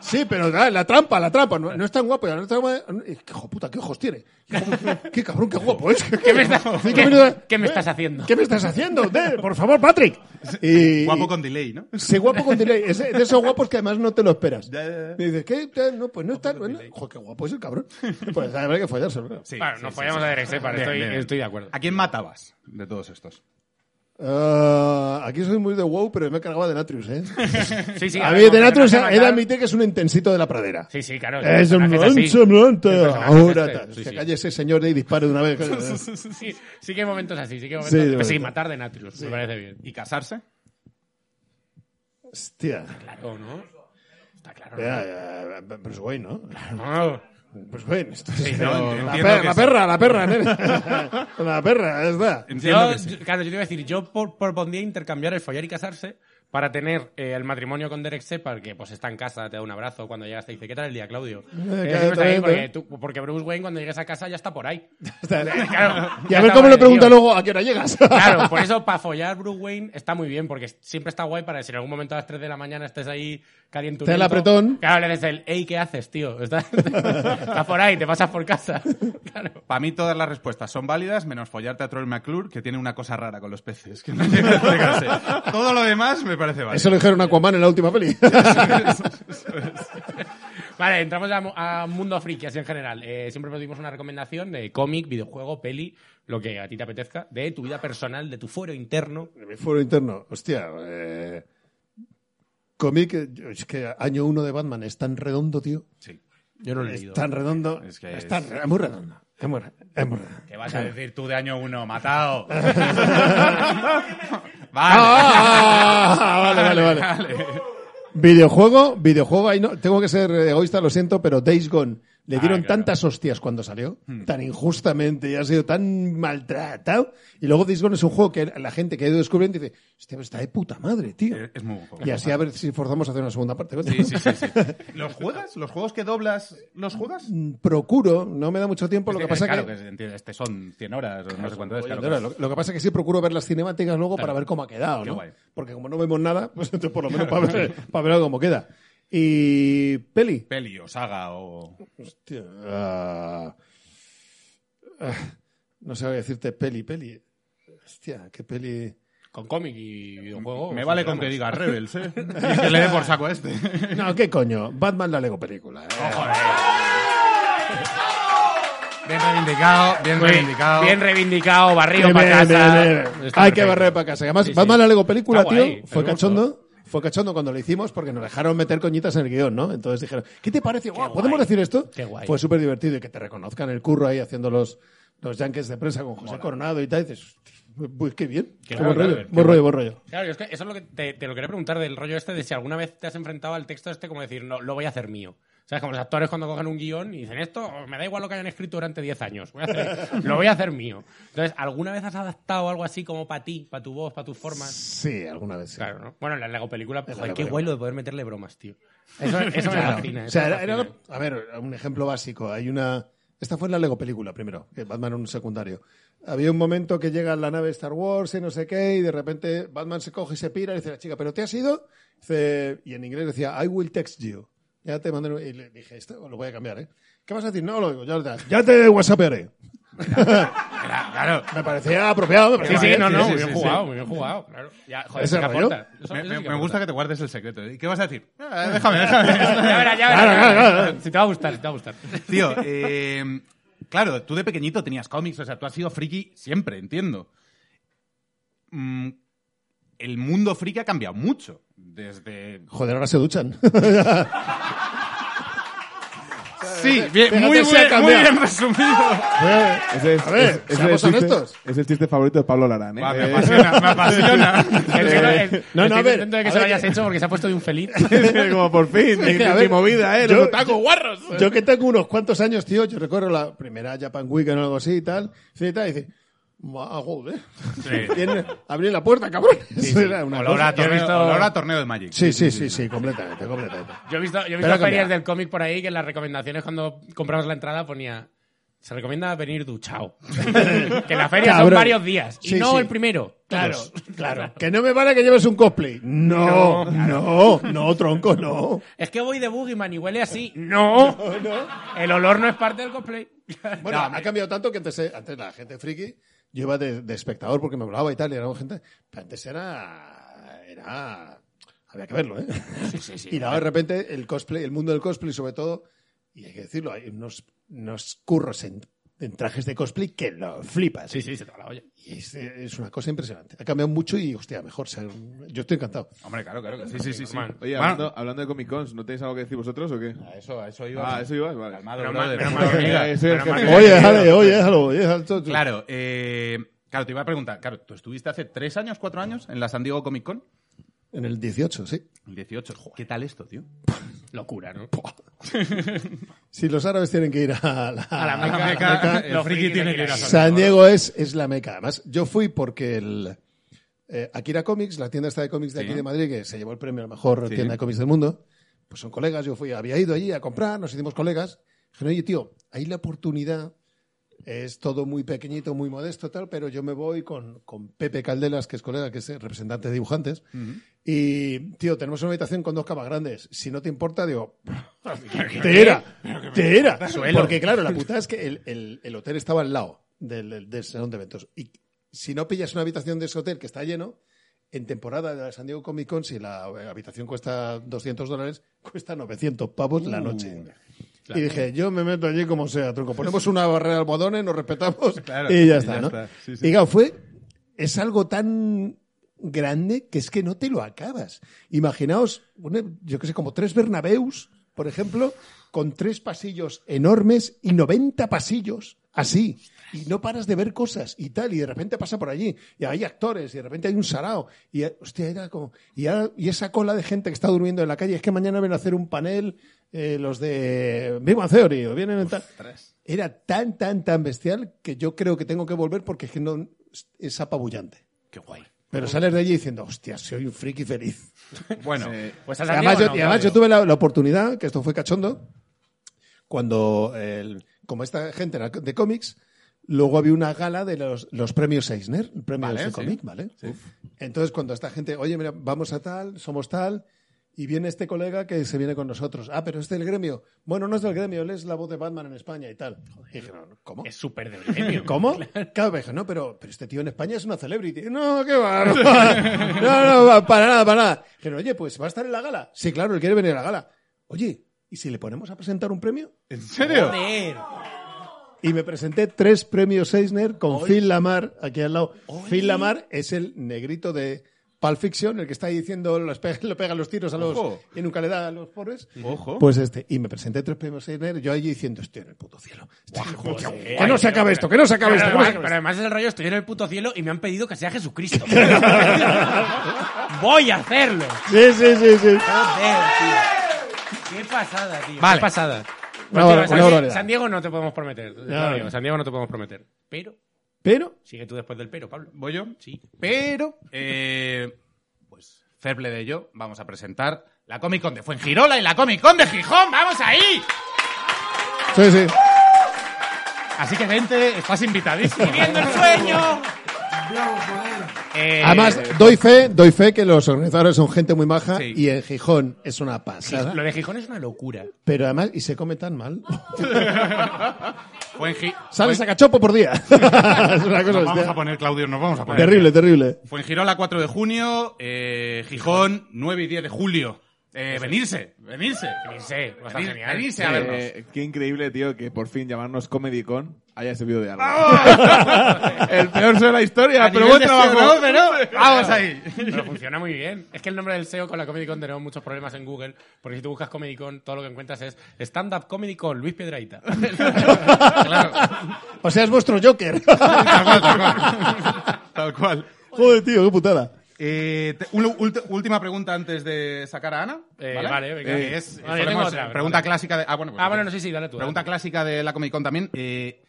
sí, pero ah, la trampa, la trampa. No, no es tan guapo. No es tan guapo. Y, ¿Qué hijo puta, qué ojos tiene? ¿Qué, qué cabrón, qué guapo es?
¿Qué me, estás-
Cinco
qué-
minutos-
qué me
¿Eh?
estás haciendo?
¿Qué me estás haciendo? De- por favor, Patrick. Y,
Guapo con delay, ¿no?
Sí, guapo con delay. Es de esos guapos que además no te lo esperas.
Ya, ya, ya.
Y dices, ¿qué? Tal, No, pues no está. Bueno, Joder, qué guapo es el cabrón. Pues habrá que follárselo. claro.
Sí.
Bueno, nos follamos a Derek Sefar,
Bien,
estoy,
bien.
estoy de acuerdo.
¿A quién matabas de todos estos?
Ah, aquí soy muy de wow, pero me cargaba de Natrius, ¿eh?
Sí, sí,
a
ver,
mí
como
de Natrius
personaje
he de
matar-
admitir que es un intensito de la pradera.
Sí, sí, claro.
Es un
personaje así.
mancha,
El
mancha.
personaje
Ahora
es este.
tal.
Sí,
Que
sí.
calle ese señor y dispare de una vez.
Sí, sí que hay momentos así, sí que hay
Sí, de
momentos... pues sí,
momento.
matar de Natrius, me parece bien.
¿Y casarse?
Hostia.
Claro, ¿no? Está claro. ¿no?
Ya, ya, Bruce Wayne, ¿no?
No.
Bruce Wayne. esto es-
Sí, no,
La
entiendo
perra,
que
la
sí.
perra, la perra, nena. La perra, ya está.
Entiendo
Yo,
que sí.
yo- claro, yo te iba a decir, yo por- propondría intercambiar el follar y casarse para tener eh, el matrimonio con Derek Separ, que pues está en casa, te da un abrazo cuando llegas, te dice, ¿qué tal el día, Claudio? Eh,
claro,
siempre está ahí
también,
porque,
también.
tú- porque Bruce Wayne cuando llegues a casa ya está por ahí.
Está-
Claro,
Y
ya está
a ver cómo
por
le
ahí,
pregunta
tío.
luego a qué hora llegas.
Claro, por eso para follar Bruce Wayne está muy bien, porque siempre está guay para si en algún momento a las 3 de la mañana estés ahí caliente.
Está el apretón.
Claro, le dices el, hey, ¿qué haces, tío? Está, está por ahí, te pasas por casa. Claro.
Para mí todas las respuestas son válidas, menos follarte a Troy McClure, que tiene una cosa rara con los peces. Que no llega a explicarse. Todo lo demás me parece válido.
Eso lo dijeron a Aquaman en la última peli.
Vale, entramos a, mu- a mundo friki, así en general. Eh, siempre pedimos una recomendación de cómic, videojuego, peli, lo que a ti te apetezca, de tu vida personal, de tu fuero interno.
Mi foro interno. Hostia, eh... Cómic, eh, es que año uno de Batman es tan redondo, tío.
Sí.
Yo no lo he
Es
leído.
tan redondo. Es,
que
tan re- es muy redondo. Es muy, re- es muy redondo.
¿Qué vas a decir tú de año uno? ¡Matao!
Ah, ah,
vale.
ah, vale, vale, vale. Videojuego, videojuego, ahí no, tengo que ser egoísta, lo siento, pero Days Gone. Le dieron tantas hostias cuando salió, tan injustamente, y ha sido tan maltratado. Y luego Dishonored es un juego que la gente que ha ido descubriendo dice, hostia, pero está de puta madre, tío.
Es- es muy buen juego.
Y así a ver si forzamos a hacer una segunda parte. coño.
Sí, sí, sí, sí. ¿Los juegas? ¿Los juegos que doblas los juegas?
Mm, Procuro, no me da mucho tiempo, lo que pasa
claro,
que...
que entiendo, este son 100 horas o no sé cuánto es.
Oye,
Claro,
Andorra,
claro.
Lo, lo que pasa es que sí procuro ver las cinemáticas luego
Claro.
para ver cómo ha quedado,
Qué
¿no?
guay.
Porque como no vemos nada, pues entonces por lo menos para ver, para ver cómo queda. Y peli.
Peli o saga o...
Hostia, ah, ah, no sé decirte peli, peli. Hostia, qué peli.
Con cómic y videojuego.
Me vale con que diga Rebels, ¿eh? Y que le dé por saco a este.
No, qué coño. Batman la Lego película. eh.
Bien reivindicado, bien reivindicado.
Bien reivindicado, barrido
Bien,
para
bien,
casa.
bien, bien.
Está
Hay que
perfecto.
barrer para casa. Además,
Sí, sí.
Batman la Lego película,
Está guay,
tío, fue
me
cachondo. Fue cachondo cuando lo hicimos porque nos dejaron meter coñitas en el guión, ¿no? Entonces dijeron, ¿qué te parece? Guau, ¿Podemos
guay.
decir esto?
Qué guay.
Fue súper divertido y que te reconozcan el curro ahí haciendo los, los yankees de prensa con José Coronado y tal. Y dices, "Hostia, pues qué bien. Qué
guay,
buen rollo,
Albert, qué
buen rollo, buen rollo.
Claro, yo es que eso es lo que te, te lo quería preguntar del rollo este de si alguna vez te has enfrentado al texto este como decir, no, lo voy a hacer mío. ¿Sabes? Como los actores cuando cogen un guión y dicen esto, me da igual lo que hayan escrito durante 10 años, voy a hacer- lo voy a hacer mío. Entonces, ¿alguna vez has adaptado algo así como para ti, para tu voz, para tus formas?
Sí, alguna vez sí.
Claro, ¿no? Bueno, en la Lego película,
la
joder,
Lego
qué
película.
guay lo de poder meterle bromas, tío. Eso, eso me
Claro.
fascina.
O
eso
sea,
me
era- era-
fascina.
a ver, un ejemplo básico. Hay una. Esta fue en la Lego película primero, que Batman era un secundario. Había un momento que llega la nave Star Wars y no sé qué, y de repente Batman se coge y se pira y dice la chica, ¿pero te has ido? Dice- y en inglés decía, I will text you. Ya te mandé. un- Y le dije, esto lo voy a cambiar, ¿eh? ¿Qué vas a decir? No, lo digo, ya, te- ya te whatsappearé.
Claro, Ah, claro.
Me parecía apropiado. me
Sí,
parecía
sí,
bien,
no, no,
sí,
muy
sí,
bien
sí.
jugado, muy bien jugado. Claro. Ya, joder,
¿Ese
sí que
rollo?
aporta. Eso-
Me,
eso
me-
sí que
me gusta
aporta.
que te guardes el secreto. ¿eh? ¿Qué vas a decir? Ah, déjame, déjame.
Ya verás, ya verás.
Claro, claro, claro.
Si te va a gustar, si te va a gustar.
Tío, eh, claro, tú de pequeñito tenías cómics, o sea, tú has sido friki siempre, entiendo. Mm, el mundo friki ha cambiado mucho. Desde.
Joder, ahora se duchan.
Sí, bien,
Fíjate
muy,
si ha
bien, muy
cambiado.
bien resumido.
Ese es,
A ver,
ese- ese
seamos
es el chiste-
honestos.
es el chiste favorito de Pablo Larán, ¿eh?
Buah, me
Eh,
apasiona, me apasiona.
El que no,
eh,
el-
Eh, no,
estoy
a ver,
contento de que
a
se lo
ver,
hayas hecho porque se ha puesto de un feliz.
como por fin,
Es que, a
mi- mi
ver,
movida, ¿eh?
yo-
Los otaku guarros.
Yo que tengo unos cuantos años, tío, yo recuerdo la primera Japan Weekend o algo así y tal, y tal, y dice, "Ma, joder". Viene- abrí la puerta, cabrón. Eso era una
Olor a
cosa.
torneo,
visto-
olor a torneo de Magic.
Sí, sí, sí, sí, completamente, completamente.
Yo he visto, yo he
Pero ha
visto ferias
cambiado.
del cómic por ahí que en las recomendaciones cuando compramos la entrada ponía se recomienda venir duchado. que en la feria son
Cabrón.
varios días y
Sí,
no
sí.
el primero. Claro,
Todos. claro. Que no me vale que lleves un cosplay. No, no, no, tronco, no.
Es que voy de Boogeyman y huele así. No. El olor no es parte del cosplay.
Bueno, ha cambiado tanto que antes, eh, antes la gente friki, yo iba de, de espectador porque me hablaba y tal, y era gente, pero antes era, era, había que verlo, ¿eh? y ahora de repente el cosplay, el mundo del cosplay sobre todo, y hay que decirlo, hay unos, unos curros en, en trajes de cosplay que lo flipas.
Sí, sí, se te va la olla.
Y es, eh, es una cosa impresionante. Ha cambiado mucho y, hostia, mejor. o sea, yo estoy encantado.
Hombre, claro, claro. que Sí, sí, sí. sí.
Normal.
Oye, hablando, hablando de Comic Cons, ¿no tenéis algo que decir vosotros o qué?
A eso, a eso iba.
Ah, eso ibas, vale.
Calmado,
Menos mal-
brother.
menos mal que
Mira,
eh,
digas.
eso es
Menos mal
que-
que
Oye, déjalo, oye, déjalo, oye, déjalo.
Claro, eh, claro, te iba a preguntar. Claro, tú estuviste hace tres años, cuatro años en la San Diego Comic Con.
En el 18, sí.
El 18. Joder, ¿Qué tal esto, tío?
Locura, ¿no?
Si los árabes tienen que ir a la,
A la meca,
la meca, el
los
friki
frikis
tiene
hay
que ir a
ahí.
San
San Diego es, es la meca. Además, yo fui porque el eh, Akira Comics, la tienda esta de cómics de aquí de Madrid, que se llevó el premio a la mejor tienda de cómics del mundo, pues son colegas. Yo fui, había ido allí a comprar, nos hicimos colegas. Dijeron, oye, tío, hay la oportunidad. Es todo muy pequeñito, muy modesto, tal, pero yo me voy con, con Pepe Caldelas, que es colega, que es el representante de dibujantes. Y, tío, tenemos una habitación con dos camas grandes. Si no te importa, digo, te era, te era. Porque claro, la putada es que el, el- el hotel estaba al lado del, del- del salón de eventos. Y si no pillas una habitación de ese hotel que está lleno, en temporada de la San Diego Comic Con, si la habitación cuesta 200 dólares, cuesta 900 pavos la noche.
Mm,
Y dije, yo me meto allí como sea, truco. Ponemos una barrera de almohadones, nos respetamos
Claro,
y ya
y
está,
ya
¿no?
está. Sí, sí.
Y claro, fue, es algo tan grande que es que no te lo acabas. Imaginaos, una- yo qué sé, como tres Bernabeus, por ejemplo, con tres pasillos enormes y 90 pasillos así. Y no paras de ver cosas y tal, y de repente pasa por allí, y hay actores, y de repente hay un sarao, y hostia, era como, y, ahora- y esa cola de gente que está durmiendo en la calle, es que mañana ven a hacer un panel eh, los de Big Bang Theory, o vienen en tal. Era tan, tan, tan bestial que yo creo que tengo que volver porque es que no, es apabullante.
Qué guay.
Pero sales de allí diciendo, hostia, soy un friki feliz.
Bueno, pues a
Y además,
Santiago
yo,
no,
y además
claro.
yo tuve la, la oportunidad, que esto fue cachondo, cuando, el- como esta gente era de cómics, luego había una gala de los, los premios Eisner, premios
Vale,
de
sí.
cómic, ¿vale? Uf. Entonces, cuando esta gente, oye, mira, vamos a tal, somos tal, y viene este colega que se viene con nosotros. Ah, pero es del gremio. Bueno, no es del gremio, él es la voz de Batman en España y tal. Y dije, no, ¿cómo?
Es súper del gremio.
¿Cómo? Claro, me dijo, no, pero, pero este tío en España es una celebrity. No, qué va. No, no, va, para nada, para nada. Dijeron, oye, pues va a estar en la gala. Sí, claro, él quiere venir a la gala. Oye, ¿y si le ponemos a presentar un premio?
¿En serio?
Joder.
Y me presenté tres premios Eisner con Phil Lamar, aquí al lado. Phil Lamar es el negrito de Pulp Fiction, el que está ahí diciendo, los pe- le pegan los tiros a los,
Ojo.
y nunca le da a los pobres.
Ojo.
Pues este, y me presenté tres premios Eisner, yo allí diciendo, estoy en el puto cielo. Estoy en el puto cielo.
joder.
Que no se acabe esto, que no se acabe
Pero,
esto. que no se
además,
acabe
pero
esto".
además es el rollo, estoy en el puto cielo y me han pedido que sea Jesucristo. Voy a hacerlo.
Sí, sí, sí, sí.
Joder, tío. Qué pasada, tío.
Vale.
Qué pasada.
Una
Continúa,
hora-
San,
una barbaridad.
San Diego no te podemos prometer. te lo
no.
digo, San Diego no te podemos prometer. Pero,
Pero
sigue tú después del pero, Pablo.
¿Voy yo?
Sí.
Pero, eh, pues, Ferble de yo, vamos a presentar la Comic Con de Fuengirola y la Comic Con de Gijón. ¡Vamos ahí!
Sí, sí.
Así que vente, estás invitadísimo.
¡Viviendo el sueño!
Eh,
Además, doy fe, doy fe que los organizadores son gente muy maja
Sí.
y en Gijón es una pasada.
Lo de Gijón es una locura.
Pero además, y se come tan mal.
Fuengi-
Sales a cachopo por día. es una cosa
Nos vamos
bestia.
a poner, Claudio, nos vamos a poner.
Terrible, terrible.
Fuengirola 4 de junio, eh, Gijón 9 y 10 de julio. Eh, venirse, venirse.
Venirse, va a estar
Venir-
genial.
venirse a vernos.
Eh, qué increíble, tío, que por fin llamarnos Comedy Con haya servido de algo. El peor de la historia,
A
pero
nivel
buen
de
trabajo.
SEO, pero vamos ahí.
Pero funciona muy bien. Es que el nombre del SEO con la Comedy Con tenemos muchos problemas en Google, porque si tú buscas Comedy Con, todo lo que encuentras es Stand Up Comedy Con Luis Piedraita.
O sea, es vuestro Joker.
Tal cual, tal cual. Tal cual.
Joder, tío, qué putada.
Eh, te- ul- ult- última pregunta antes de sacar a Ana.
Eh, vale, venga.
Que es,
Vale, yo
solemos-
tengo otra,
pregunta
vale.
clásica de. Ah, bueno, pues-
Ah, bueno, no sé si dale tú.
Pregunta clásica de la Comic Con también. eh,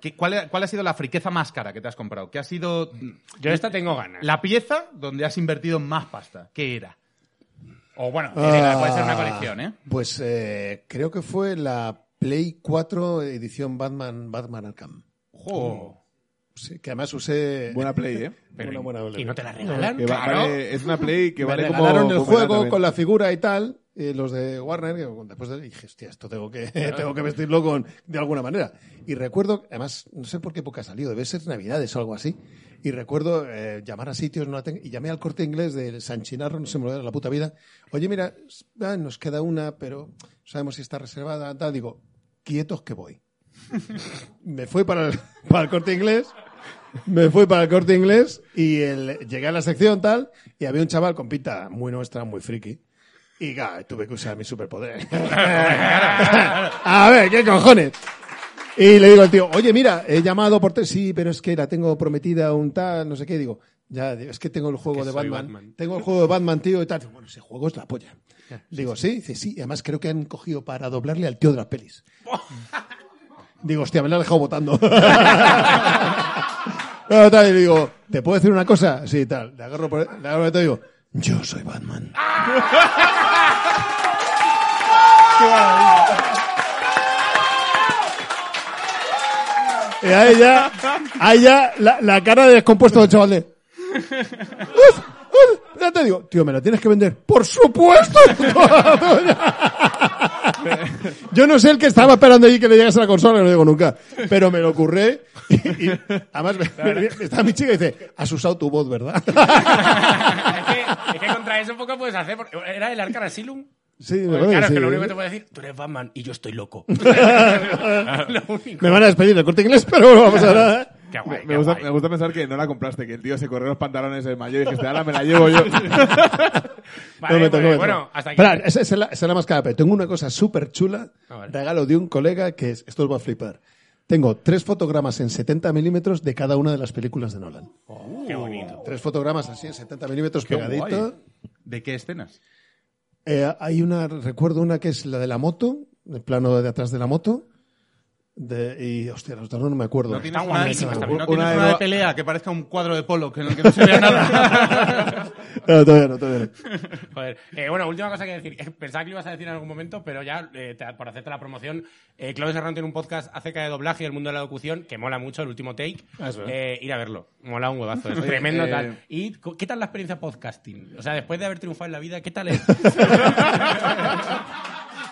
¿qué- cuál, cuál ha sido la friqueza más cara que te has comprado? ¿Qué ha sido
Yo de esta tengo ganas.
la pieza donde has invertido más pasta? ¿Qué era? O bueno,
Ah,
puede ser una colección, ¿eh?
Pues eh, creo que fue la Play 4 edición Batman, Batman Arkham. Oh,
Ojo.
Sí, que además usé
Buena play, ¿eh?
una buena
Y no te la regalan.
Que va- vale, es una play que
me
vale como...
regalaron el
como
juego
también.
con la figura y tal, eh, los de Warner, que después de- dije, hostia, esto tengo que, tengo que vestirlo con, de alguna manera. Y recuerdo, además, no sé por qué época salió, debe ser Navidades o algo así. Y recuerdo eh, llamar a sitios, no aten- y llamé al corte inglés de San Chinarro, no se me olvidará la puta vida. Oye, mira, s- ah, nos queda una, pero no sabemos si está reservada, tal. Digo, quietos que voy. me fui para el- para el corte inglés. Me fui para el corte inglés y el- llegué a la sección tal y había un chaval con pinta muy nuestra, muy friki. Y claro, tuve que usar mi superpoder. a ver, ¿qué cojones? Y le digo al tío, oye, mira, he llamado por... te- Sí, pero es que la tengo prometida un tal, no sé qué. Digo, ya, digo, es que tengo el juego
que
de
soy
Batman.
Batman.
Tengo el juego de Batman, tío, y tal. Digo, bueno, ese juego es la polla. Digo, sí, dice, sí. Y además creo que han cogido para doblarle al tío de las pelis. Digo, hostia, me la ha dejado votando. No, tal, y le digo, ¿te puedo decir una cosa? Sí, tal. Le agarro por le agarro por el y digo, yo soy Batman. Y Eh, ahí ya, ahí ya la, la cara de descompuesto del chaval de... "Uf, uf". Ya te digo, tío, me la tienes que vender. ¡Por supuesto! Yo no sé el que estaba esperando allí que le llegase la consola, no lo digo nunca. Pero me lo curré. Y, y además, me- me- está mi chica y dice, has usado tu voz, ¿verdad?
es, que, es que contra eso poco puedes hacer. porque ¿Era el Arkham Asylum?
Sí, me
Pues
parece
claro, es
sí. ¿eh?
que lo único que te puede decir, tú eres Batman y yo estoy loco. Lo único.
Me van a despedir del corte inglés, pero no vamos a ¿eh? nada.
Qué guay,
Me
qué
gusta,
guay.
me gusta pensar que no la compraste, que el tío se corrió los pantalones del mayor y dijiste, ahora me la llevo yo.
Vale,
No me toco,
bueno,
no me
bueno,
toco.
hasta aquí.
Espera, esa, esa es la, esa es la más cara, pero tengo una cosa súper chula,
Ah, vale.
regalo de un colega que es, esto os va a flipar. Tengo tres fotogramas en 70 milímetros de cada una de las películas de Nolan.
Qué bonito.
Tres fotogramas así en 70 milímetros
Qué guay.
pegadito.
¿De qué escenas?
Eh, hay una, recuerdo una que es la de la moto, el plano de atrás de la moto. De, y, hostia, los otros no me acuerdo.
No tienes
Están
una,
guapísimas
no
también.
tienes
Pues Una de
una de
Noa-
pelea que parezca un cuadro de polo que en el que no se vea nada.
No, todavía no, todavía no.
Joder. Eh, bueno, última cosa que decir. Eh, Pensaba que lo ibas a decir en algún momento, pero ya, eh, te- por hacerte la promoción, eh, Claudio Serrano tiene un podcast acerca de doblaje y el mundo de la locución que mola mucho, el último take. Eh, ir a verlo. Mola un huevazo. Es tremendo
Eh,
tal. ¿Y co- qué tal la experiencia podcasting? O sea, después de haber triunfado en la vida, ¿qué tal es?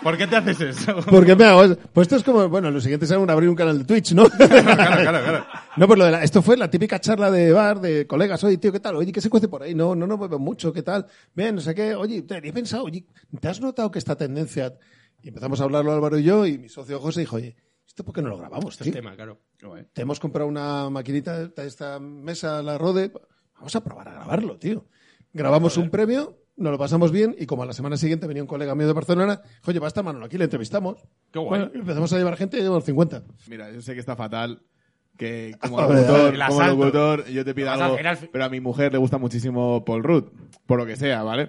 ¿Por qué te haces eso?
Porque me hago. Pues esto es como, bueno, lo siguiente será un- abrir un canal de Twitch, ¿no?
claro, claro, claro.
No, pues lo de la- esto fue la típica charla de bar de colegas. Oye, tío, ¿qué tal? Oye, ¿qué se cuece por ahí? No, no, no bebo mucho, ¿qué tal? Bien, no sé qué. Oye, te he pensado, oye, ¿te has notado que esta tendencia? Y empezamos a hablarlo Álvaro y yo, y mi socio José dijo, oye, ¿esto por qué no lo grabamos,
Este
tío?
es tema, claro.
Te hemos comprado una maquinita de esta mesa, la Rode. Vamos a probar a grabarlo, tío. Grabamos un premio, nos lo pasamos bien, y como a la semana siguiente venía un colega mío de Barcelona, dijo, oye, va a estar Manolo aquí, le entrevistamos.
Qué guay.
Bueno, empezamos a llevar gente, ya llevamos 50.
Mira, yo sé que está fatal que como
Joder,
locutor,
el
como
asalto.
locutor yo te pido
Lo vas a
algo,
hacer al fi-
pero a mi mujer le gusta muchísimo Paul Rudd, por lo que sea, ¿vale?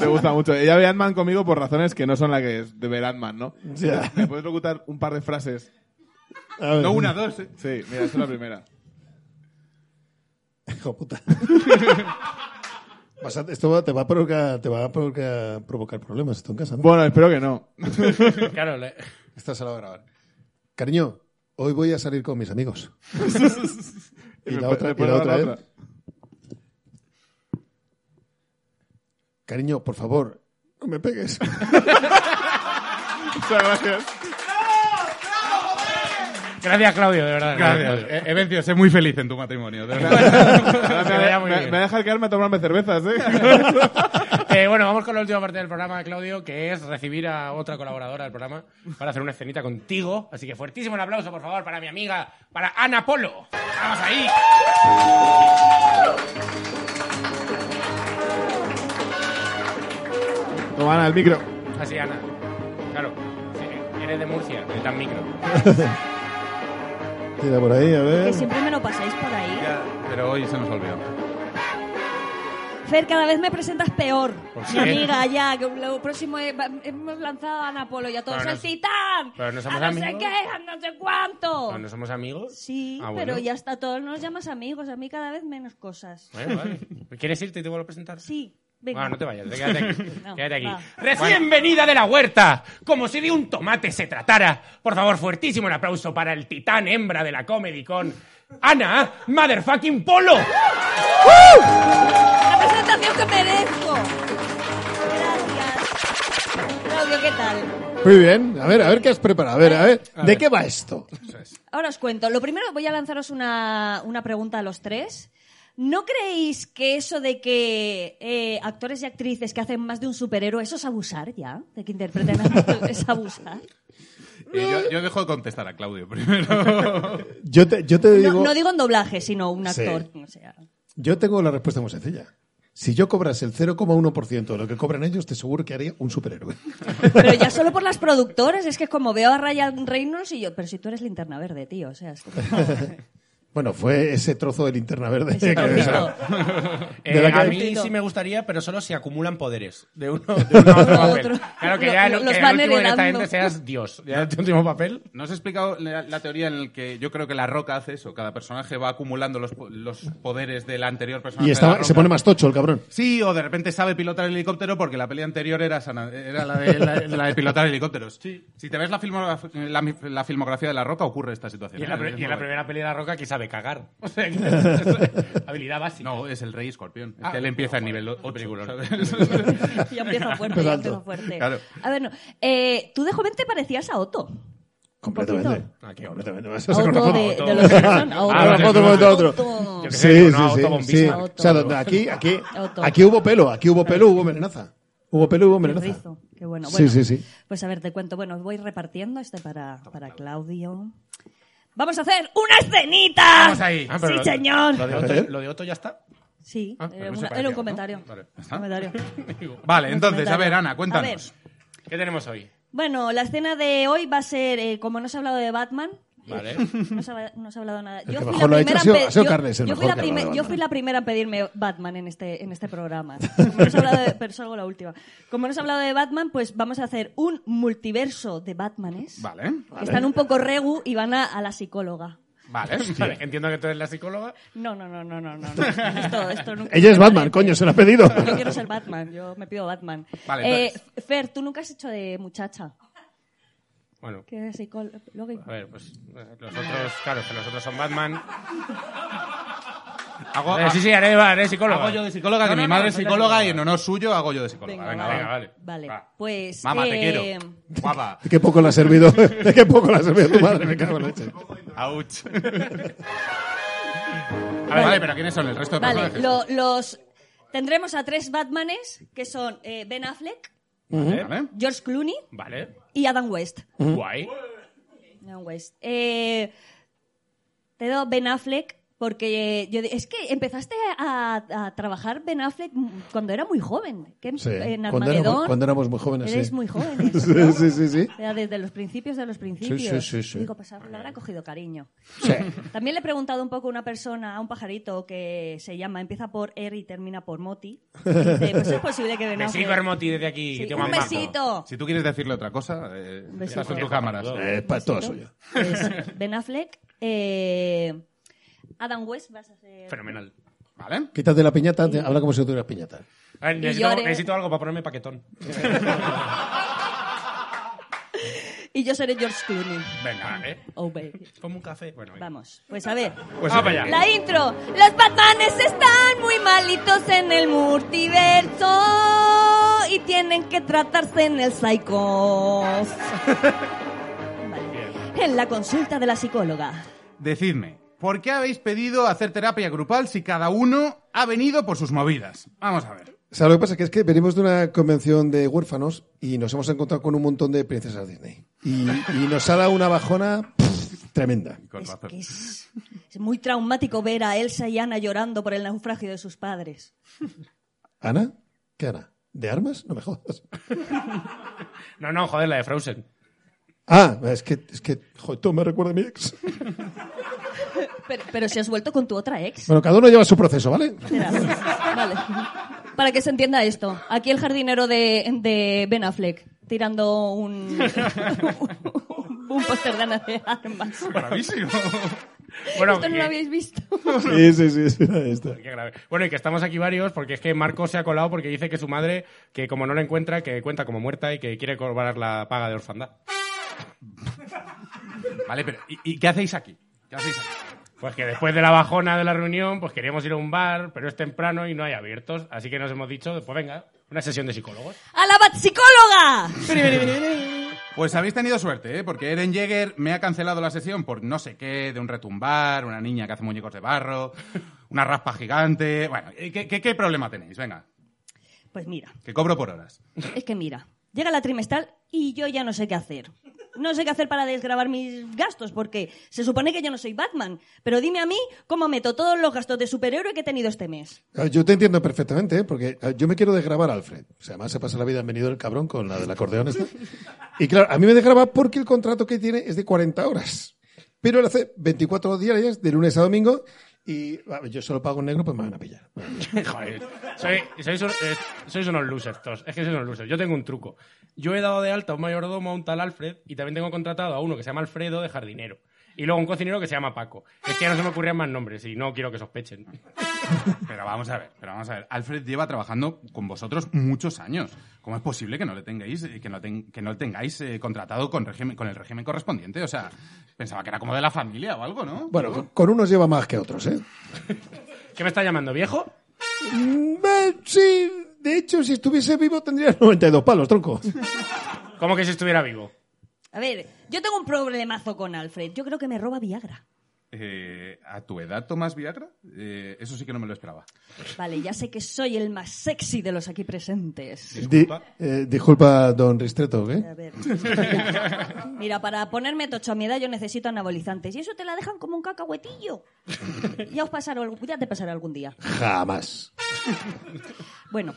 le gusta mucho. Ella ve Ant-Man conmigo por razones que no son las que es de ver Ant-Man, ¿no?
Ya.
¿Me puedes locutar un par de frases?
A ver.
No, una, dos. eh.
Sí, mira, esa es la primera.
Hijo puta. Vas a- esto va- te va a provocar, te va a provocar, provocar problemas esto en casa. ¿no?
Bueno, espero que no.
Claro, le-
Esta se la va a grabar. Cariño, hoy voy a salir con mis amigos. y
Me
la
pu-
otra,
me
y
puedes
la
dar
otra,
la
¿eh?
otra.
Cariño, por favor, no me pegues.
Muchas gracias.
Gracias, Claudio, de verdad.
Gracias.
Claudio.
He, he vencido, sé muy feliz en tu matrimonio. de verdad.
Ahora
Que vaya muy
me, me-
bien.
me deja quedarme a tomarme cervezas, ¿eh?
Eh, bueno, vamos con la última parte del programa, Claudio, que es recibir a otra colaboradora del programa para hacer una escenita contigo. Así que fuertísimo el aplauso, por favor, para mi amiga, para Ana Polo. ¡Vamos ahí!
Toma Ana, el micro.
Así, Ah, Ana. Claro, sí, eres de Murcia, del tan micro.
Tira por ahí, a ver.
Que siempre me lo pasáis por ahí.
Pero hoy se nos olvidó.
Fer, cada vez me presentas peor.
¿Por
Mi
qué?
amiga, ya. que Lo próximo es- va- hemos lanzado a Ana Polo y a todos.
Pero no
¡El
es-
titán!
pero no somos
a no sé
amigos.
qué, a no sé cuánto.
¿No somos amigos?
Sí,
Ah, bueno.
pero ya está. Todos nos llamas amigos. A mí cada vez menos cosas.
Bueno, vale. ¿Quieres irte y te vuelvo a presentar?
Sí, venga.
Bueno, no te vayas, quédate aquí.
No,
quédate aquí.
va.
Recién venida de la huerta, como si de un tomate se tratara. Por favor, fuertísimo el aplauso para el titán hembra de la Comedy Con, Ana Motherfucking Polo.
La presentación que merezco. Gracias. Claudio, ¿qué tal?
Muy bien, a ver, a ver qué has preparado. A ver, a ver. ¿De qué va esto?
Ahora os cuento. Lo primero, voy a lanzaros una, una pregunta a los tres. ¿No creéis que eso de que eh, actores y actrices que hacen más de un superhéroe, eso es abusar ya? De que interpreten a es abusar.
Y yo, yo dejo de contestar a Claudio primero.
Yo te, yo te digo.
No, no digo en doblaje, sino un
Sí.
actor. O sea,
Yo tengo la respuesta muy sencilla. Si yo cobrase el 0,1% de lo que cobran ellos, te seguro que haría un superhéroe.
Pero ya solo por las productoras, es que es como veo a Ryan Reynolds y yo, pero si tú eres linterna verde, tío, o sea, es como-
Bueno, fue ese trozo de linterna verde.
Ese
que-
trocito.
Eh,
De la
a
que-
mí
Tito.
sí me gustaría, pero solo si acumulan poderes. De uno, de uno a otro
Uno a
papel.
otro.
Claro que
Lo-
ya
lo-
lo-
los
que
van
el último directamente
heredando.
seas Dios. Ya el último papel.
¿No has explicado la, la teoría en la que yo creo que La Roca hace eso? Cada personaje va acumulando los, po- los poderes del anterior personaje.
Y
de La
estaba,
Roca.
se pone más tocho el cabrón.
Sí, o de repente sabe pilotar el helicóptero porque la peli anterior era, sana- era la, de, la- la de pilotar helicópteros. Si te ves la, filmograf- la, mi- la filmografía de La Roca, ocurre esta situación.
Y en la,
Es
pri- y
muy
en la
guay.
primera peli de la roca que sabe cagar. O sea, que es habilidad básica.
No, es el Rey Escorpión. Es
Ah,
que él empieza en nivel 8. ¿sabes?
ya empieza fuerte, ya empieza fuerte.
Claro.
A ver, no. eh, tú de joven te parecías a Otto.
Completamente.
poquito.
Ah, qué
Completamente.
A
Eso se
Otto
conoce.
de, de los Simpson. A
Ah, vale,
Otto.
otro, otro, otro.
Otto.
Yo qué sé,
Sí, sí,
una
sí,
autobombista.
sí.
Auto.
O sea, donde aquí, aquí,
Auto.
aquí hubo pelo, aquí hubo pelo, hubo venenaza. Hubo pelo, hubo
El
venenaza.
rizo, Qué bueno.
Sí,
Bueno,
sí, sí.
Pues a ver, te cuento. Bueno, voy repartiendo este para, para Claudio. Vamos a hacer una escenita.
Vamos ahí. Ah, pero
sí,
lo-
señor.
Lo de,
¿Eh?
Otto, lo de Otto ya está.
Sí,
Ah,
era,
pero
una-
se parecía,
era un
¿no?
comentario.
Vale.
Un comentario.
Vale,
Un
entonces, a
comentario.
ver, Ana,
A ver,
cuéntanos.
¿Qué tenemos hoy?
Bueno, la escena de hoy va a ser, eh, como no se ha hablado de Batman,
Vale.
No se ha, no se ha hablado nada.
que mejor lo ha hecho ha sido-
en pe-
ha sido
yo-
Carles el
yo fui
mejor que
la
lo ha
prime-
hablado
yo fui la primera en pedirme Batman en este, en este programa. Como no se ha hablado de- pero salgo la última. Como no se ha hablado de Batman, pues vamos a hacer un multiverso de Batmanes.
Vale.
Que están un poco regu y van a, a la psicóloga.
Vale, vale. Entiendo que tú eres la psicóloga.
No, no, no, no, no, no. no. Esto, esto nunca
Ella es
me
Batman,
parece.
coño, se la ha pedido.
Yo quiero ser Batman, yo me pido Batman.
Vale,
Eh,
entonces-
Fer, tú nunca has hecho de muchacha.
Bueno,
¿Qué psicóloga?
a ver, pues eh, los otros, claro, que los otros son Batman.
Hago,
Eh, sí, sí, haré, haré psicóloga.
hago yo de psicóloga,
No,
que
no,
mi
no,
madre
no
es
te
psicóloga y
preocupes.
en honor suyo hago yo de psicóloga.
Venga,
Venga,
vale.
venga, vale.
Vale,
Va.
pues.
Mamá, te
eh,
quiero. Guapa.
De qué poco le ha servido. De qué poco le ha servido tu madre, me cago en la leche.
Ouch. A ver, vale. pero ¿quiénes son el resto de
Vale,
personajes?
lo- los. Tendremos a tres Batmanes, que son eh, Ben Affleck,
Vale.
George Clooney
Vale,
y Adam West.
guay.
Adam West. Eh, te doy Ben Affleck porque yo di- es que empezaste a, a trabajar Ben Affleck cuando era muy joven. que en-
Sí,
en
cuando éramos-
Armagedón
cuando éramos muy jóvenes,
Erais
sí.
muy jóvenes.
Sí, sí, sí, sí.
Era desde los principios de los principios.
sí, sí.
Digo, pues le habrá cogido cariño.
Sí.
También le he preguntado un poco a una persona, a un pajarito que se llama, empieza por R y termina por Moti. Dice, pues es posible que Ben
Me
Affleck-
sigo Hermoti desde aquí.
Sí,
que te
un
mando.
besito.
Si tú quieres decirle otra cosa, eh,
Un besito.
estás con tus cámaras.
Es para todo suyo.
Pues, ben Affleck. eh, Adam West, vas a hacer.
Fenomenal.
Vale.
Quítate la piñata, te- habla como si tuvieras piñata.
A ver,
Y
necesito,
llore.
necesito algo para ponerme paquetón.
Y yo seré George Clooney.
Venga, ¿eh?
Oh, baby.
Como un café. Bueno, venga.
Vamos, pues a ver.
Pues
Ah,
ah,
vaya.
vaya.
La intro. Los Batmanes están muy malitos en el multiverso y tienen que tratarse en el Psychos. Vale. En la consulta de la psicóloga.
Decidme, ¿por qué habéis pedido hacer terapia grupal si cada uno ha venido por sus movidas? Vamos a ver.
O sea, lo que pasa que es que venimos de una convención de huérfanos y nos hemos encontrado con un montón de princesas Disney. Y, y nos ha dado una bajona pff, tremenda.
Con
Es
razón.
que es, es muy traumático ver a Elsa y Ana llorando por el naufragio de sus padres.
¿Ana? ¿Qué Ana? ¿De armas? No me jodas.
No, no, joder, la de Frozen.
Ah, es que, es que, joder, todo me recuerda a mi ex.
Pero, pero si has vuelto con tu otra ex.
Bueno, cada uno lleva su proceso, ¿vale?
Espera, Vale. Para que se entienda esto. Aquí el jardinero de, de Ben Affleck tirando un, un póster de Ana de Armas.
Bravísimo.
Bueno,
esto no
y-
lo habéis visto.
Sí, sí, sí, sí, ahí está.
Qué grave. Bueno, y que estamos aquí varios porque es que Marco se ha colado porque dice que su madre, que como no la encuentra, que cuenta como muerta y que quiere cobrar la paga de orfandad.
Vale, pero ¿y, y qué hacéis aquí? ¿Qué hacéis aquí?
Pues que después de la bajona de la reunión, pues queríamos ir a un bar, pero es temprano y no hay abiertos. Así que nos hemos dicho, pues venga, una sesión de psicólogos.
¡A la bat psicóloga!
Pues habéis tenido suerte, ¿eh? Porque Eden Yeager me ha cancelado la sesión por no sé qué, de un retumbar, una niña que hace muñecos de barro, una raspa gigante. Bueno, ¿eh? ¿qué, qué- qué problema tenéis? Venga,
Pues mira,
que cobro por horas.
es que mira, llega la trimestral y yo ya no sé qué hacer. No sé qué hacer para desgravar mis gastos, porque se supone que yo no soy Batman. Pero dime a mí cómo meto todos los gastos de superhéroe que he tenido este mes.
Claro, Ah, Yo te entiendo perfectamente, ¿eh? porque claro, yo me quiero desgrabar a Alfred. O sea, además se pasa la vida venido el cabrón con la del acordeón esta. Y claro, a mí me desgraba porque el contrato que tiene es de 40 horas. Pero él hace 24 diarias, de lunes a domingo, y a ver, yo solo pago en negro, pues me van a pillar.
Joder, soy- sois, un- eh, sois unos losers todos. Es que sois unos losers. Yo tengo un truco. Yo he dado de alta a un mayordomo, a un tal Alfred, y también tengo contratado a uno que se llama Alfredo de jardinero. Y luego un cocinero que se llama Paco. Es que ya no se me ocurrían más nombres y no quiero que sospechen.
Pero vamos a ver, pero vamos a ver. Alfred lleva trabajando con vosotros muchos años. ¿Cómo es posible que no le tengáis, eh, que no, ten- que no le tengáis eh, contratado con, régimen- con el régimen correspondiente? O sea, pensaba que era como de la familia o algo, ¿no?
Bueno, con- con unos lleva más que otros, ¿eh?
¿Qué me está llamando, viejo?
Mm, eh, sí, de hecho, si estuviese vivo tendría 92 palos, tronco.
Como que si estuviera vivo.
A ver, yo tengo un problemazo con Alfred. Yo creo que me roba Viagra.
Eh, ¿A tu edad tomas Viagra? Eh, eso sí que no me lo esperaba.
Vale, ya sé que soy el más sexy de los aquí presentes.
Disculpa.
Di- eh, disculpa, don Ristreto, ¿eh?
A ver. Mira, mira, para ponerme tocho a mi edad yo necesito anabolizantes. Y eso te la dejan como un cacahuetillo. Ya os pasará, algún- ya te pasará algún día.
Jamás.
Bueno,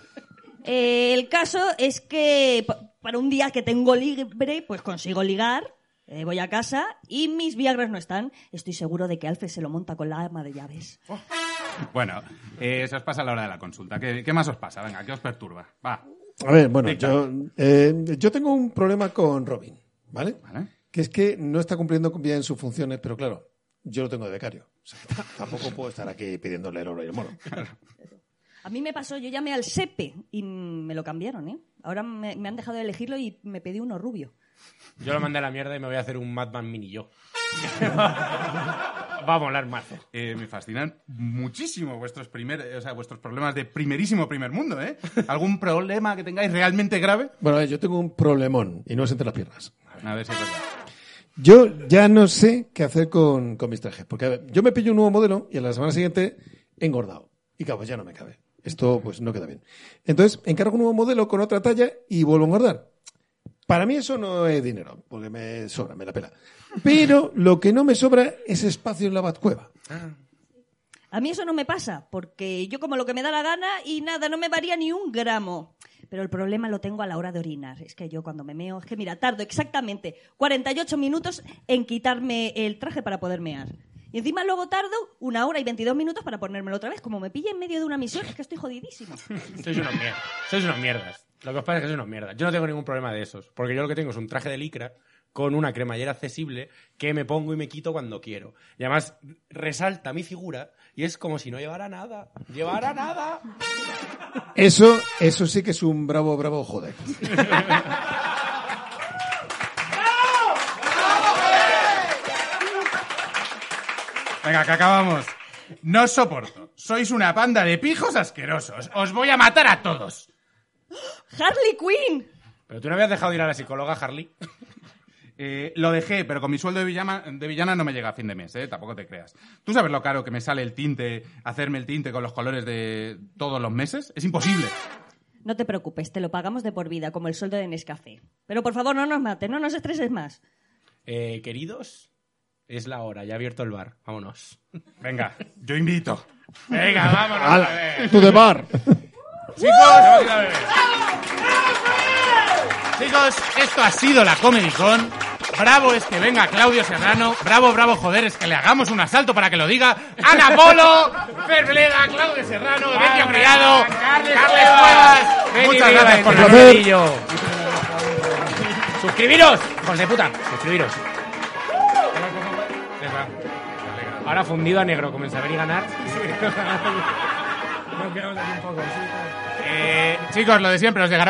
eh, el caso es que pa- para un día que tengo libre, pues consigo ligar. eh, voy a casa y mis viagras no están. Estoy seguro de que Alfred se lo monta con la arma de llaves.
Bueno, eh, se os pasa la hora de la consulta. ¿Qué, qué más os pasa? Venga, ¿qué os perturba? Va.
A ver, bueno,
Dicta.
yo, eh, yo tengo un problema con Robin, ¿vale?
Vale.
Que es que no está cumpliendo bien sus funciones, pero claro, yo lo tengo de becario. O sea, t- tampoco puedo estar aquí pidiéndole el oro y el moro.
A mí me pasó, yo llamé al SEPE y me lo cambiaron, ¿eh? Ahora me, me han dejado de elegirlo y me pedí uno rubio.
Yo lo mandé a la mierda y me voy a hacer un Madman mini yo. Va a volar mazo.
Eh, me fascinan muchísimo vuestros, primer, eh, o sea, vuestros problemas de primerísimo primer mundo, ¿eh? ¿Algún problema que tengáis realmente grave?
Bueno, a ver, yo tengo un problemón y no es entre las piernas.
A ver si es verdad.
Yo ya no sé qué hacer con, con mis trajes. Porque a ver, yo me pillo un nuevo modelo y a la semana siguiente he engordado. Y claro, pues ya no me cabe. Esto pues no queda bien. Entonces, encargo un nuevo modelo con otra talla y vuelvo a engordar. Para mí eso no es dinero, porque me sobra, me la pela. Pero lo que no me sobra es espacio en la batcueva.
A mí eso no me pasa, porque yo como lo que me da la gana y nada, no me varía ni un gramo. Pero el problema lo tengo a la hora de orinar. Es que yo cuando me meo, es que mira, tardo exactamente 48 minutos en quitarme el traje para poder mear. Y encima luego tardo una hora y 22 minutos para ponérmelo otra vez. Como me pille en medio de una misión, es que estoy jodidísima.
Sois unos mierdas. Sois unos mierdas. Lo que os pasa es que sois unos mierdas. Yo no tengo ningún problema de esos. Porque yo lo que tengo es un traje de licra con una cremallera accesible que me pongo y me quito cuando quiero. Y además resalta mi figura y es como si no llevara nada. ¡Llevara nada!
Eso, eso sí que es un bravo, bravo joder.
Venga, que acabamos. No os soporto. Sois una panda de pijos asquerosos. Os voy a matar a todos.
¡Harley Quinn!
Pero tú no habías dejado de ir a la psicóloga, Harley.
Eh, lo dejé, pero con mi sueldo de, villama- de villana no me llega a fin de mes, ¿eh? Tampoco te creas. ¿Tú sabes lo caro que me sale el tinte, hacerme el tinte con los colores de todos los meses? Es imposible.
No te preocupes, te lo pagamos de por vida, como el sueldo de Nescafé. Pero por favor, no nos mates, no nos estreses más.
Eh, queridos, es la hora. Ya ha abierto el bar. Vámonos.
Venga, yo invito. Venga, vámonos. a beber.
¡Ala! ¡Tú de bar!
Chicos, esto ha sido la Comedy Con. Bravo es que venga Claudio Serrano. Bravo, bravo, joder, es que le hagamos un asalto para que lo diga. Ana Polo, Ferbleda, Claudio Serrano, Evelia Criado, Carles Cuevas. Muchas gracias por
el
la
placer.
Suscribiros, hijos de puta. Suscribiros. Ahora fundido a negro, como en saber y ganar. Nos quedamos aquí un poco.
Eh, chicos, lo de siempre, os llegará un